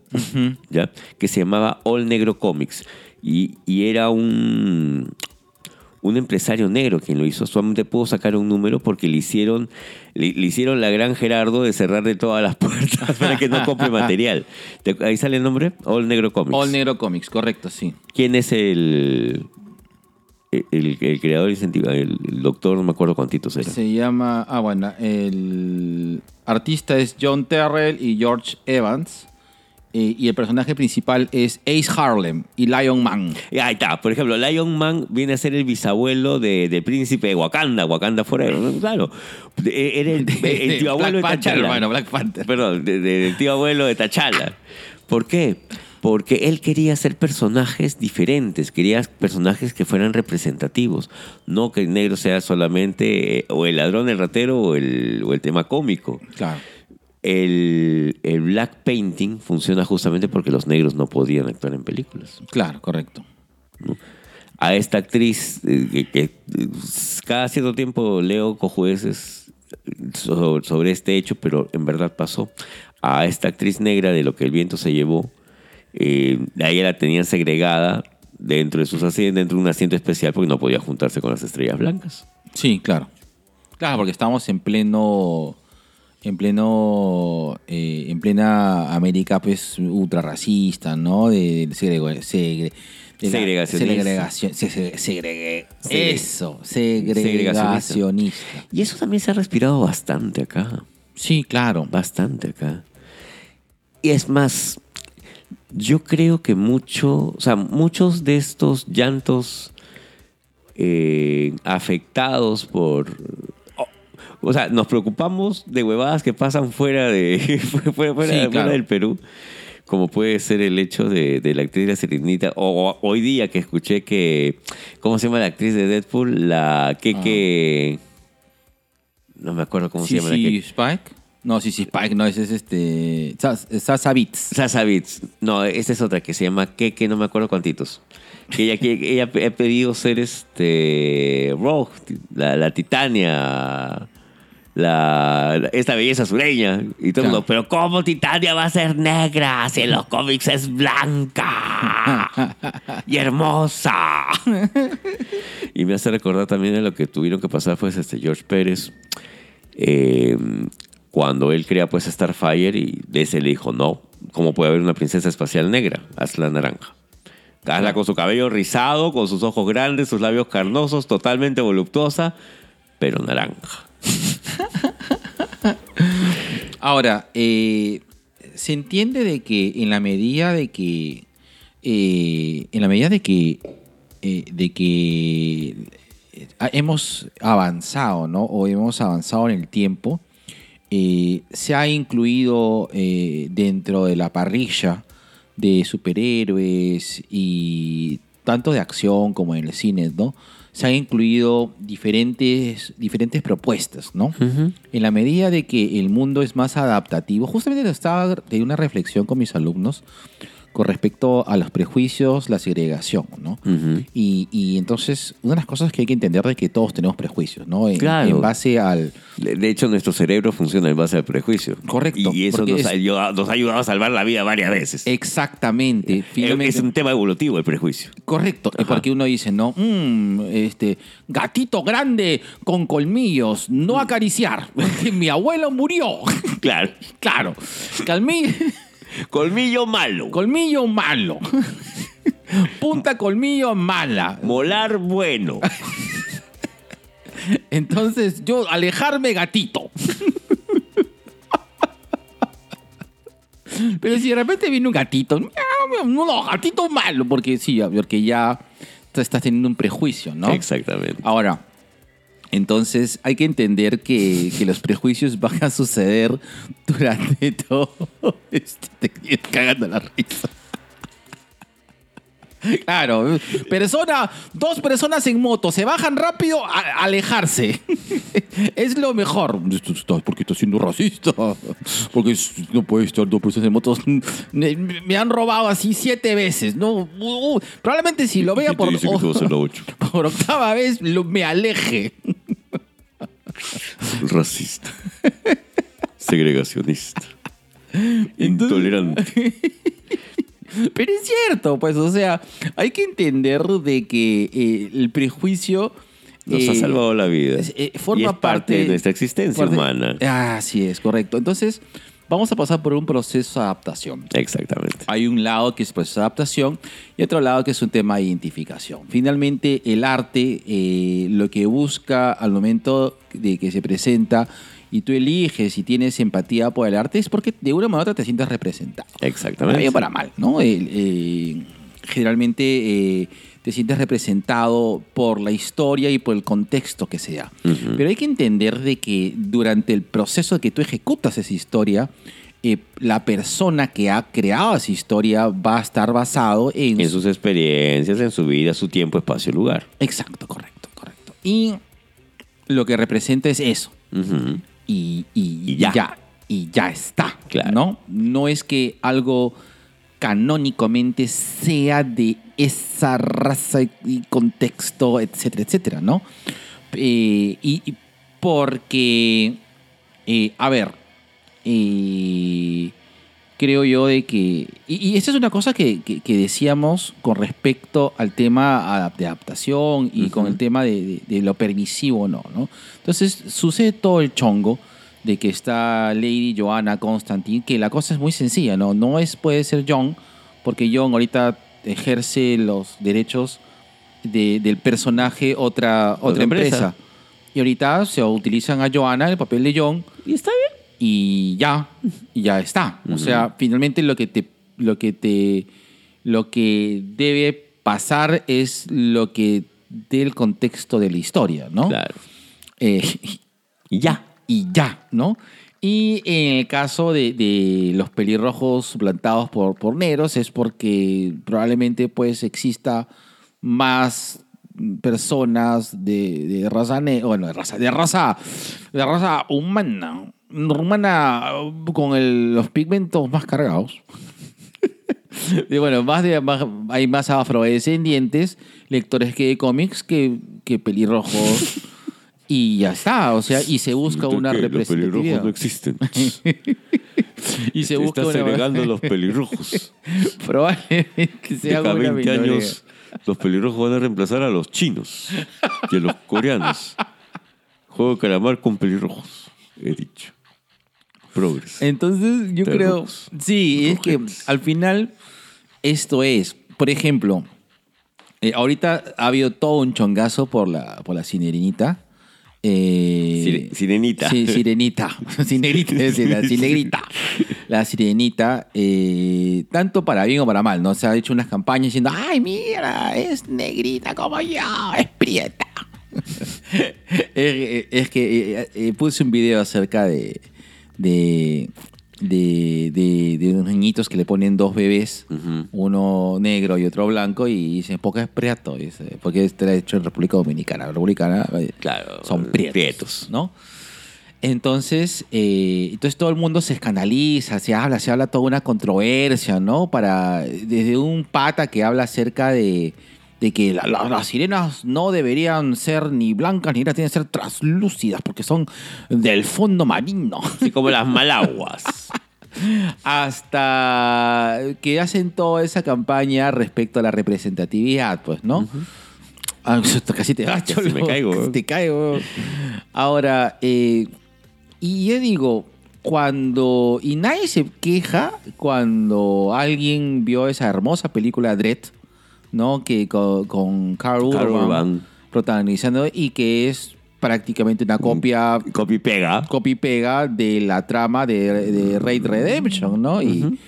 ¿ya? que se llamaba All Negro Comics. Y, y era un, un empresario negro quien lo hizo. Solamente pudo sacar un número porque le hicieron, le, le hicieron la gran Gerardo de cerrar de todas las puertas para que no compre material. Te- Ahí sale el nombre, All Negro Comics. All Negro Comics, correcto, sí. ¿Quién es el, el, el creador incentivo? El, el doctor, no me acuerdo cuántitos era. Se llama. Ah, bueno, el artista es John Terrell y George Evans. eh, Y el personaje principal es Ace Harlem y Lion Man. Y Ahí está, por ejemplo, Lion Man viene a ser el bisabuelo de- del príncipe de Wakanda, Wakanda Forever, ¿no? claro. De- eh, Era el, el tío abuelo de Black Panther, T'Challa. hermano, Black Panther. Perdón, de- de- del tío abuelo de T'Challa. ¿Por qué? Porque él quería hacer personajes diferentes, quería personajes que fueran representativos, no que el negro sea solamente eh, o el ladrón, el ratero o el, o el tema cómico. Claro. El, el black painting funciona justamente porque los negros no podían actuar en películas Claro, correcto. a esta actriz eh, que, que, eh, cada cierto tiempo leo cojueces sobre, sobre este hecho, pero en verdad pasó. A esta actriz negra de lo que el viento se llevó, eh, a ella la tenían segregada dentro de sus asientos, dentro de un asiento especial porque no podía juntarse con las estrellas blancas. Sí, claro. Claro, porque estamos en pleno. En pleno. eh, en plena América, pues, ultra racista, ¿no? De, de segre- segre- de la- Segregacionista. segregación- se- se- segregue- Segre- eso, segregacionista. Y eso también se ha respirado bastante acá. Sí, claro. bastante acá. Y es más, yo creo que mucho, o sea, muchos de estos llantos eh, afectados por... o- O sea, nos preocupamos de huevadas que pasan fuera, de, fuera, fuera- fuera claro. del Perú, como puede ser el hecho de, de la actriz de la Sirenita. O, o hoy día que escuché que, ¿cómo se llama la actriz de Deadpool? La que No me acuerdo cómo Ah. sí, se llama la sí, que... Spike. No, sí, sí, Spike, no, ese es este. Sas- Sasavitz. Sasavitz. No, esta es otra que se llama Keke, no me acuerdo cuántitos. Que ella, que ella ha pedido ser este. Rogue, la, la Titania. La, la- esta belleza sureña. Y todo el mundo, Claro. pero ¿cómo Titania va a ser negra si en los cómics es blanca y hermosa? y me hace recordar también de lo que tuvieron que pasar, pues, este George Pérez eh, cuando él crea pues Starfire y ese le dijo, no, ¿cómo puede haber una princesa espacial negra? Hazla naranja. Hazla con su cabello rizado, con sus ojos grandes, sus labios carnosos, totalmente voluptuosa, pero naranja. Ahora, eh, se entiende de que en la medida de que. eh, en la medida de que. eh, de que. eh, hemos avanzado, ¿no? O hemos avanzado en el tiempo. eh, se ha incluido eh, dentro de la parrilla de superhéroes y tanto de acción como en el cine, ¿no? Se han incluido diferentes, diferentes propuestas, ¿no? En la medida de que el mundo es más adaptativo, justamente lo estaba de una reflexión con mis alumnos con respecto a los prejuicios, la segregación, ¿no? Mm. y, y entonces, una de las cosas que hay que entender es que todos tenemos prejuicios, ¿no? En- Claro. en base al, De de hecho, nuestro cerebro funciona en base al prejuicio. Correcto, Y eso porque nos, es- ayuda- nos ha ayudado a salvar la vida varias veces. Exactamente. Eh, finalmente. Es un tema evolutivo el prejuicio. Correcto. Es porque uno dice, no, mm, este, gatito grande con colmillos, Mm. no acariciar, porque mi abuelo murió. Claro. claro. Calmi- Colmillo malo. colmillo malo. Punta colmillo mala. Molar bueno. Ah, Entonces yo, alejarme gatito. Pero si de repente viene un gatito, miau, miau, no, gatito malo, porque sí, porque ya te estás teniendo un prejuicio, ¿no? Ah, Exactamente. Ahora, entonces hay que entender que, que los prejuicios van a suceder durante todo este. Te estoy cagando la risa. Claro, persona, dos personas en moto, se bajan rápido a alejarse. Es lo mejor. Esto está- porque está siendo racista. Porque es- no puede estar dos personas en motos. Me, me han robado así siete veces. No, Uh, uh, probablemente si lo vea ¿Quién te por, dice que te va a hacer la ocho? por octava vez, lo- me aleje. Racista. Segregacionista. Intolerante. Pero es cierto, pues, o sea, hay que entender de que eh, el prejuicio... Nos eh, ha salvado la vida. es- eh, y forma es parte, de nuestra existencia parte- humana. Así es, correcto. Entonces, vamos a pasar por un proceso de adaptación. Exactamente. Hay un lado que es proceso de adaptación y otro lado que es un tema de identificación. Finalmente, el arte eh, lo que busca al momento de que se presenta y tú eliges y tienes empatía por el arte es porque de una manera u otra te sientes representado. Para Exactamente. bien o para mal, ¿no? El- eh, generalmente eh, te sientes representado por la historia y por el contexto que se da. Pero hay que entender de que durante el proceso que tú ejecutas esa historia, eh, la persona que ha creado esa historia va a estar basado en... En sus experiencias, en su vida, su tiempo, espacio, lugar. Exacto, correcto, correcto. Y lo que representa es eso. Ujú. y, y- Y y ya. ya. y ya está. Claro. ¿no? no es que algo canónicamente sea de esa raza y- y contexto, etcétera, etcétera, ¿no? Eh, y, y porque, eh, a ver, eh, creo yo de que... Y, y esa es una cosa que, que- que decíamos con respecto al tema adap- de adaptación y con el tema de, de- de lo permisivo o no, ¿no? Entonces sucede todo el chongo de que está Lady Joanna Constantine, que la cosa es muy sencilla, ¿no? No es, puede ser John, porque John ahorita ejerce los derechos de- del personaje otra, otra, Otra empresa. empresa. Y ahorita se utilizan a Joanna en el papel de John Y está bien. y ya, y ya está. O sea, finalmente lo que te, lo que te, lo que debe pasar es lo que dé el contexto de la historia, ¿no? Claro. Eh, Y ya. y ya, ¿no? Y eh, en el caso de, de los pelirrojos plantados por, por negros es porque probablemente pues exista más personas de, de raza ne- bueno de raza de raza de raza humana humana con el- los pigmentos más cargados y bueno, más de, más- hay más afrodescendientes, lectores que de cómics, que, que pelirrojos. y ya está, o sea, y se busca una ¿Qué? Los pelirrojos representatividad. no existen. pues. y se Te busca estás una. segregando a los pelirrojos. Probablemente De sea cada una 20 minoría. años, los pelirrojos van a reemplazar a los chinos y a los coreanos. Juego de calamar con pelirrojos, he dicho. Progres. Eh, Entonces, yo De creo. rojos. Sí, es que Rojetes. al final, esto es. Por ejemplo, eh, ahorita ha habido todo un chongazo por la, por la sirenita. Eh, Sire- sirenita. Sí, sirenita. sirenita, es decir, la sirenita. La sirenita, eh, tanto para bien o para mal, ¿no? Se ha hecho unas campañas diciendo, ay, mira, es negrita como yo, es prieta. es, es que eh, eh, puse un video acerca de, de, de, de- de unos niñitos que le ponen dos bebés, uno negro y otro blanco, y dicen, porque es prieto, dice, porque está hecho en República Dominicana. Republicana Claro, son prietos, prietos. ¿no? Entonces, eh, entonces todo el mundo se escandaliza, se habla, se habla toda una controversia, ¿no? Para, desde un pata que habla acerca de, de que la- la- las sirenas no deberían ser ni blancas ni negras, tienen que ser translúcidas porque son del fondo marino. Así como las malaguas. Hasta que hacen toda esa campaña respecto a la representatividad, pues, ¿no? Ah, casi te gacho, Casi me loco. caigo, Casi weón. te caigo. weón. Ahora, eh, y yo digo, cuando. Y nadie se queja cuando alguien vio esa hermosa película Dread, ¿no? Que con, con Carl, Karl Urban, Urban. protagonizando y que es prácticamente una copia Copy pega. copy pega de la trama de, de Raid Redemption, ¿no? Y,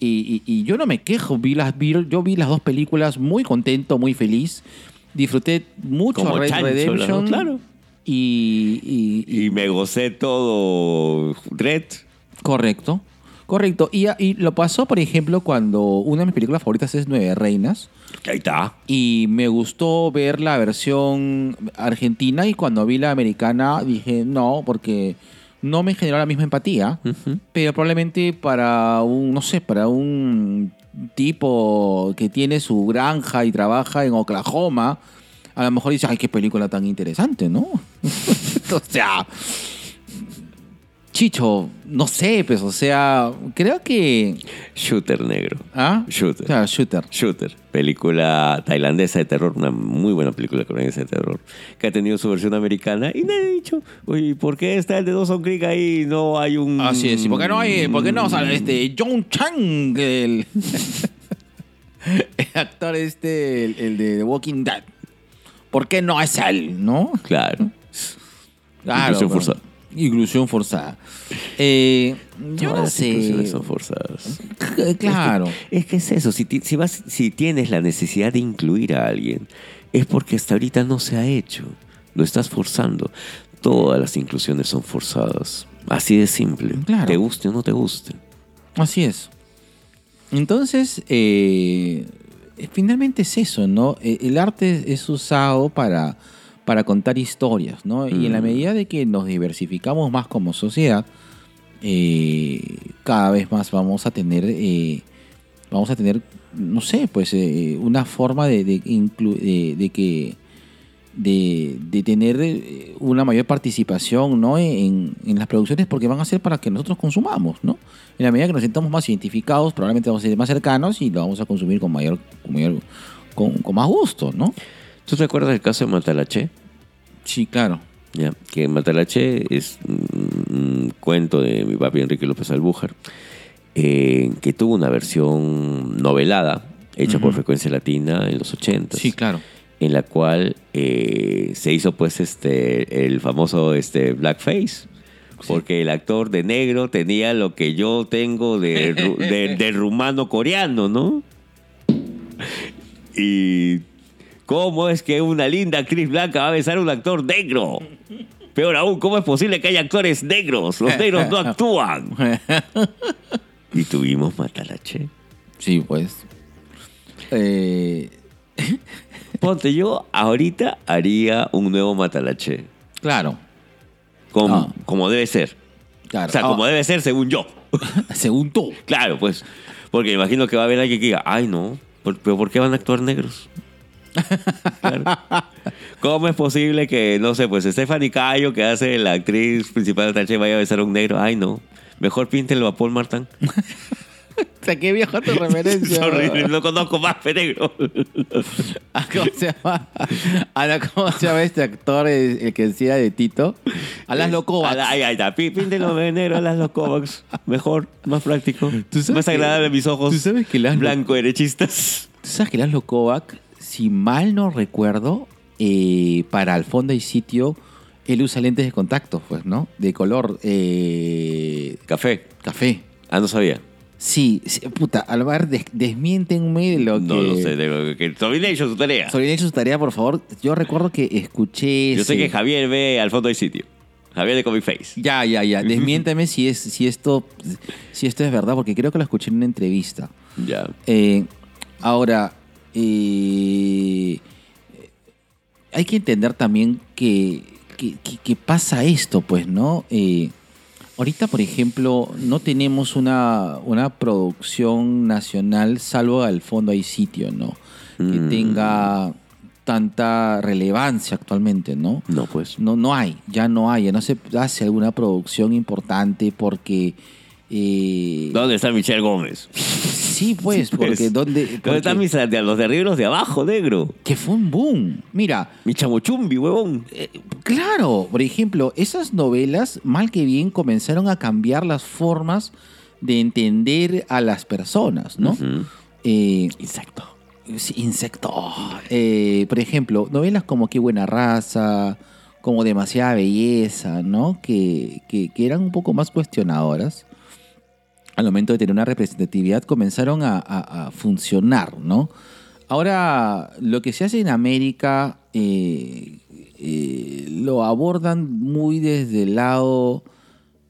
y- y- y yo no me quejo, vi las, vi- yo vi las dos películas muy contento, muy feliz. Disfruté mucho Como Raid chancho, las Redemption. dos, claro. Y, y- y- Y me gocé todo. Red. correcto. Correcto. Y, y lo pasó, por ejemplo, cuando una de mis películas favoritas es Nueve Reinas. Ahí está. Y me gustó ver la versión argentina y cuando vi la americana dije no, porque no me generó la misma empatía. Pero probablemente para un, no sé, para un tipo que tiene su granja y trabaja en Oklahoma, a lo mejor dice, ay, qué película tan interesante, ¿no? o sea, Chicho, no sé, pues, o sea, creo que... Shooter negro. ¿Ah? Shooter. Claro, shooter. Shooter, película tailandesa de terror, una muy buena película tailandesa de terror, que ha tenido su versión americana y nadie ha dicho, oye, ¿por qué está el de Dawson Creek ahí y no hay un... Así es, ¿y por qué no hay, por qué no sale Mm. este John Chang, el, el actor este, el, el de The Walking Dead? ¿Por qué no es él, no? Claro. Inclusión pero- forzada. Inclusión forzada. Eh, yo Todas no las inclusiones sé. son Este, forzadas. C- Claro. Es que es eso, si, ti- si, vas, si tienes la necesidad de incluir a alguien, es porque hasta ahorita no se ha hecho, lo estás forzando. Todas las inclusiones son forzadas, así de simple, Claro. te guste o no te guste. Así es. Entonces, eh, finalmente es eso, ¿no? Eh, El arte es usado para, para contar historias, ¿no? Y en la Mm. medida de que nos diversificamos más como sociedad, eh, cada vez más vamos a tener, eh, vamos a tener, no sé, pues eh, una forma de, de inclu- de- de que de, de tener eh, una mayor participación ¿no? en, en las producciones porque van a ser para que nosotros consumamos. ¿no? En la medida que nos sintamos más identificados, probablemente vamos a ser más cercanos y lo vamos a consumir con mayor, con, mayor- con, con más gusto. ¿no? ¿Tú te acuerdas del caso de Matalache? Sí, claro. Ya, que Matalache es un un cuento de mi papi Enrique López Albújar, eh, que tuvo una versión novelada hecha por Frecuencia Latina en los 80 Sí, claro. en la cual eh, se hizo pues este el famoso este blackface porque el actor de negro tenía lo que yo tengo de, ru- de, de rumano coreano, ¿no? Y cómo es que una linda actriz blanca va a besar a un actor negro. Peor aún, ¿cómo es posible que haya actores negros? Los negros no actúan. Y tuvimos Matalache. Sí, pues. Eh, Ponte, yo ahorita haría un nuevo Matalache. claro. Como, Ah. como debe ser. claro. O sea, Ah, como debe ser según yo. Según tú. Claro, pues. Porque imagino que va a haber alguien que diga, ay, no, ¿por- pero ¿por qué van a actuar negros? Claro. ¿Cómo es posible que, no sé, pues Stephanie Cayo, que hace la actriz principal de Tache, vaya a besar a un negro? Ay, no. Mejor píntenlo a Paul Martin. Saqué vieja tu referencia. Sorry, no conozco más pe negro. Ah, ¿Cómo se llama? A la- ¿Cómo se llama este actor el, el que decía de Tito? A las A la- Locovac. Ay, ay, ay, pí- píntenlo de negro a las Locovax. Mejor, más práctico. ¿Tú sabes Más que- agradable a mis ojos. tú sabes que las Lo- Blanco herechistas. ¿Tú sabes que las Locovac, si mal no recuerdo, eh, para el fondo y sitio, él usa lentes de contacto, pues, ¿no? De color eh, Café. café. Ah, no sabía. Sí, sí, puta, al ver, des, desmiéntenme de lo que. No lo sé. de lo que- Domination, su tarea. Sobre su tarea, por favor. Yo recuerdo que escuché. Yo sé ese- que Javier ve al fondo del sitio. Javier de Comic Face. Ya, ya, ya. Desmiéntame si, es, si, esto, si esto es verdad, porque creo que lo escuché en una entrevista. Ya. Eh, ahora, eh, hay que entender también que, que- que- que pasa esto, pues, ¿no? Eh, ahorita, por ejemplo, no tenemos una, una producción nacional, salvo al fondo hay sitio, ¿no? Que Mm. tenga tanta relevancia actualmente, ¿no? No, pues. No, no hay, ya no hay, ya no se hace alguna producción importante porque... eh, ¿Dónde está Michelle Gómez? Sí, pues, Sí, pues. porque donde... ¿Dónde están mis, de- los de arriba y los de abajo, negro? Que fue un boom. Mira, eh, Mi chamochumbi, huevón. claro, por ejemplo, esas novelas, mal que bien, comenzaron a cambiar las formas de entender a las personas, ¿no? Insecto. Insecto. Eh, por ejemplo, novelas como Qué buena raza, como Demasiada belleza, ¿no? Que, que- que eran un poco más cuestionadoras. Al momento de tener una representatividad comenzaron a, a- a funcionar, ¿no? Ahora, lo que se hace en América eh, eh, lo abordan muy desde el lado,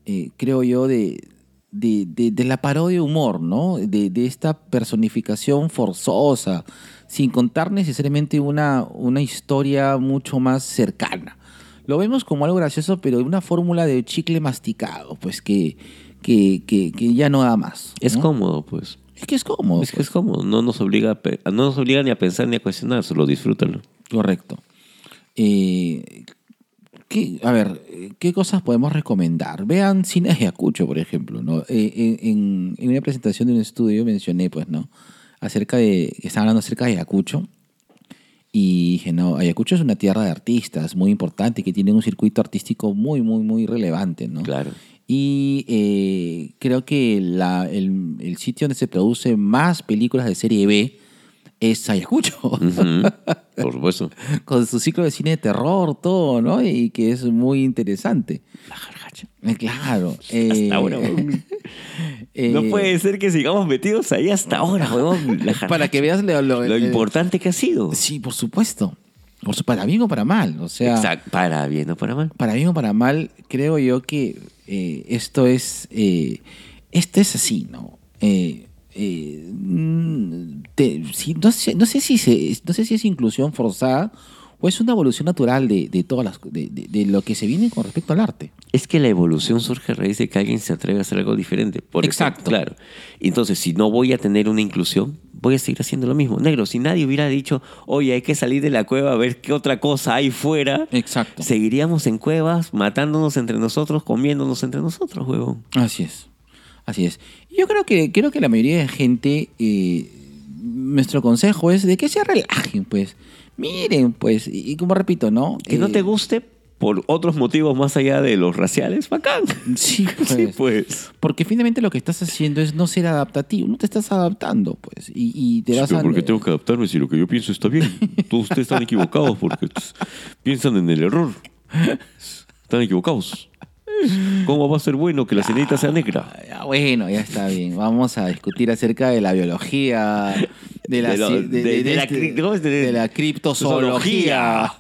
eh, creo yo, de, de, de- de la parodia de humor, ¿no? De, de esta personificación forzosa, sin contar necesariamente una, una historia mucho más cercana. Lo vemos como algo gracioso, pero una fórmula de chicle masticado, pues que, que, que- que ya no da más. Es ¿no? cómodo, pues. Es que es cómodo. Es que es cómodo. No pues. nos, obliga a pe- no nos obliga ni a pensar ni a cuestionar, solo disfrútalo. Correcto. Eh, ¿qué- a ver, eh, ¿qué cosas podemos recomendar? Vean Cine Ayacucho, por ejemplo, ¿no? Eh, en, en una presentación de un estudio mencioné, pues, ¿no? Acerca de, estaban hablando acerca de Ayacucho y dije, no, Ayacucho es una tierra de artistas muy importante que tiene un circuito artístico muy, muy, muy relevante, ¿no? Claro. Y eh, creo que la- el, el sitio donde se producen más películas de serie B es Ayacucho Ujú. Por supuesto. con su ciclo de cine de terror, todo, ¿no? Y que es muy interesante. La jargacha. Eh, Claro. eh, Hasta ahora, weón. eh, No puede ser que sigamos metidos ahí hasta ahora, weón. La jargacha. Para que veas lo, lo- lo eh, importante que ha sido. Sí, por supuesto. Por su- para bien o para mal. O sea, Exacto. Para bien o para mal. para bien o para mal, creo yo que eh, esto es. eh, esto es así, ¿no? Eh, eh, mm, te- sí, no, sé, no sé si se- no sé si es inclusión forzada o es una evolución natural de, de todas las, de- de- de lo que se viene con respecto al arte. Es que la evolución surge a raíz de que alguien se atreve a hacer algo diferente. Por Exacto. ejemplo, claro. Entonces, si no voy a tener una inclusión, voy a seguir haciendo lo mismo. Negro, si nadie hubiera dicho, oye, hay que salir de la cueva a ver qué otra cosa hay fuera, Exacto. seguiríamos en cuevas, matándonos entre nosotros, comiéndonos entre nosotros, huevón. Así es, así es. Yo creo que, creo que la mayoría de gente, eh, nuestro consejo es de que se relajen, pues. Miren, pues, y, y como repito, ¿no? Que no Eh, te guste por otros motivos más allá de los raciales, bacán. Sí, pues. Sí, pues. Porque finalmente lo que estás haciendo es no ser adaptativo, no te estás adaptando, pues. Y, y te vas a... que adaptarme si lo que yo pienso está bien. Todos ustedes están equivocados porque piensan en el error. Están equivocados. ¿Cómo va a ser bueno que la cenita sea negra? Ah, Bueno, ya está bien. Vamos a discutir acerca de la biología, de la, De lo- ci- de- de la este- cri- ¿cómo es? De- de la criptozoología,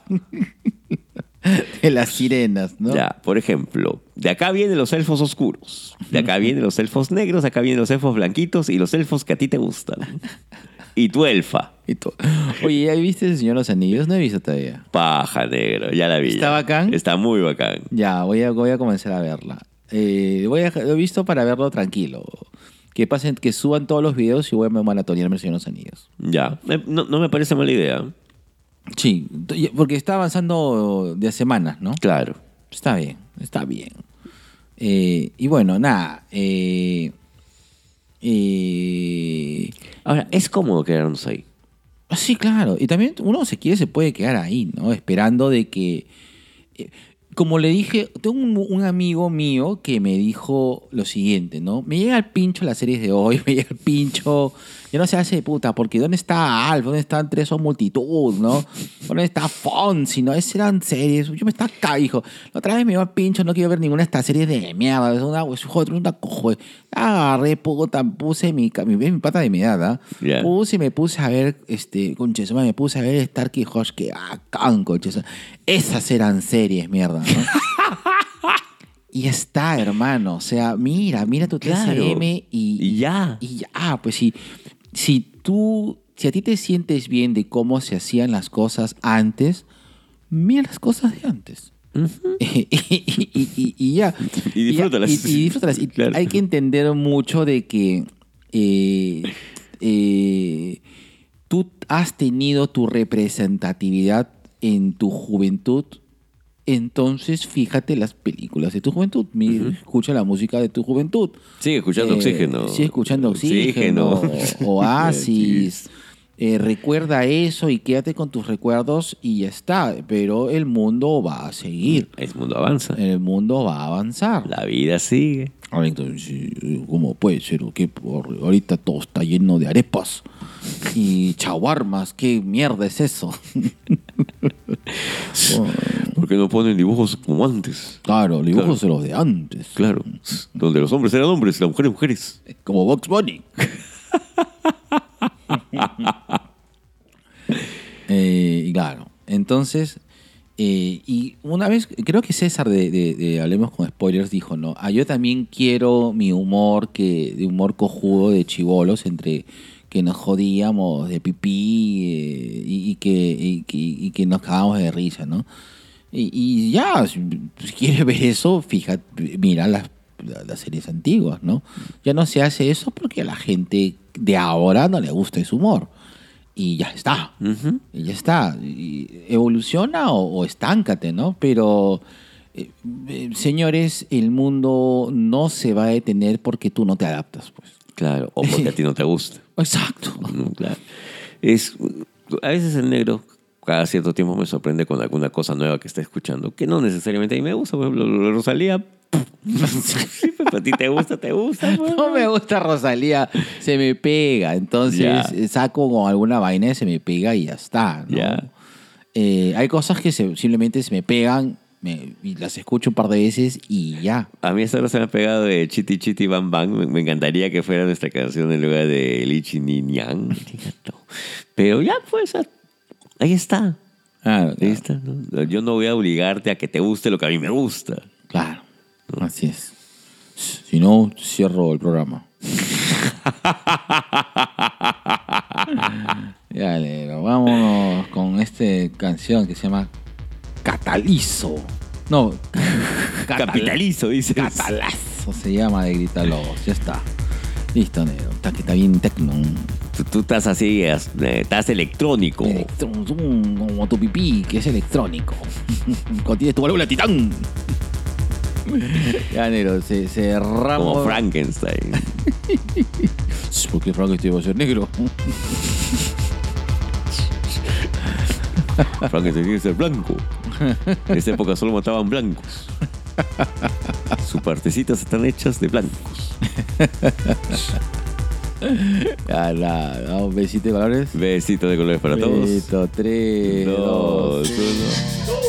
de las sirenas, ¿no? Ya, por ejemplo, de acá vienen los elfos oscuros, de acá vienen los elfos negros, acá vienen los elfos blanquitos y los elfos que a ti te gustan. Y tu elfa, Y to- Oye, ¿ya viste el Señor de los Anillos? No he visto todavía. paja negro, ya la vi. ya. ¿Está bacán? Está muy bacán. Ya, voy a, voy a comenzar a verla. Eh, voy a, lo he visto para verlo tranquilo. Que pasen, que suban todos los videos y voy a maratonearme el Señor de los Anillos. Ya, Eh, no, no me parece mala idea. Sí, t- porque está avanzando de a semanas, ¿no? Claro. Está bien, está bien. Eh, y bueno, nada. eh, eh, Ahora, es cómodo quedarnos ahí. Ah, Sí, claro. Y también uno se quiere, se puede quedar ahí, ¿no? Esperando de que... eh, Como le dije, tengo un, un amigo mío que me dijo lo siguiente, ¿no? Me llega al pincho las series de hoy, me llega al pincho... Ya no se hace de puta, porque ¿dónde está Alf? ¿Dónde están Tres o Multitud, no? ¿Dónde está Fonsi, no? Esas eran series. Yo me estaba acá, hijo. La otra vez me iba al pincho, no quiero ver ninguna de estas series de mierda. Es una, es joder, una cojo. Agarré, puta, puse mi, ca- mi, mi pata de mi edad, ¿ah? Ya. Puse puse, me puse a ver, este, conchesoma, me puse a ver Starkey Hodge, que ah, bacán, conchesoma. Esas eran series, mierda, ¿no? y ya está, hermano. O sea, mira, mira tu Claro. 3M y, Y ya. Y ya, pues si, si tú, si a ti te sientes bien de cómo se hacían las cosas antes, mira las cosas de antes. y, y- y- y- y ya. Y disfrútalas. Y, y disfrútalas. Y Claro. Hay que entender mucho de que eh, eh, tú has tenido tu representatividad en tu juventud. Entonces, fíjate las películas de tu juventud. Mi- Escucha la música de tu juventud. Sigue escuchando Eh, Oxígeno. Sigue escuchando Oxígeno. Oxígeno. Oasis. Eh, recuerda eso y quédate con tus recuerdos y ya está. Pero el mundo va a seguir. El mundo avanza. El mundo va a avanzar. La vida sigue. Ahora, entonces, sí, ¿cómo puede ser? ¿O qué? Por- Ahorita todo está lleno de arepas y chaguarmas. ¿Qué mierda es eso? Porque no ponen dibujos como antes. Claro, dibujos de los de antes. Claro. Donde los hombres eran hombres y las mujeres mujeres. Como Box Bunny. Eh, y claro, entonces, Eh, y una vez, creo que César de, de- de Hablemos con Spoilers dijo, ¿no? Ah, yo también quiero mi humor que, de humor cojudo de chivolos entre que nos jodíamos de pipí eh, y, y que, y que- y que nos cagábamos de risa, ¿no? Y, y ya, si, si quieres ver eso, fíjate, mira las, las series antiguas, ¿no? Ya no se hace eso porque a la gente de ahora no le gusta ese humor. Y ya está. Y ya está. Y evoluciona o, o estáncate, ¿no? Pero, eh, eh, señores, el mundo no se va a detener porque tú no te adaptas, pues. Claro, o porque a ti no te gusta. Exacto. ¿no? Claro. Es, a veces el negro cada cierto tiempo me sorprende con alguna cosa nueva que está escuchando, que no necesariamente a mí me gusta, por ejemplo, lo de Rosalía. sí, pues, a ti te gusta, te gusta. pues. No me gusta Rosalía, se me pega. Entonces Ya. eh, saco con alguna vaina y se me pega y ya está. ¿no? Ya. Eh, hay cosas que se- simplemente se me pegan me- y las escucho un par de veces y ya. A mí esta hora se me ha pegado de Chiti Chiti Bam Bam. Me, me encantaría que fuera nuestra canción en lugar de Lichi Ni Nian. Pero ya, pues, a- ahí está. Ah. Ahí está. ¿no? Yo no voy a obligarte a que te guste lo que a mí me gusta. Claro. Así es. Si no, cierro el programa. Ya, negro, vámonos con esta canción que se llama Catalizo. No, catal- Capitalizo, dices. Catalazo se llama de Gritalobos. Ya está. Listo, negro. Está que está bien tecno. Tú, tú estás así, as- eh, estás electrónico. Electrón, zoom, Como tu pipí, que es electrónico. Contiene tu válvula titán. Ya, negro, se, cerramos. Como Frankenstein. Porque Frank este iba a ser negro. Frankenstein tiene que ser blanco. En esa época solo mataban blancos. Sus partecitas están hechas de blancos. Ya, la, un besito de colores. Besito de colores para todos. Besito, tres, dos, dos, uno. Todos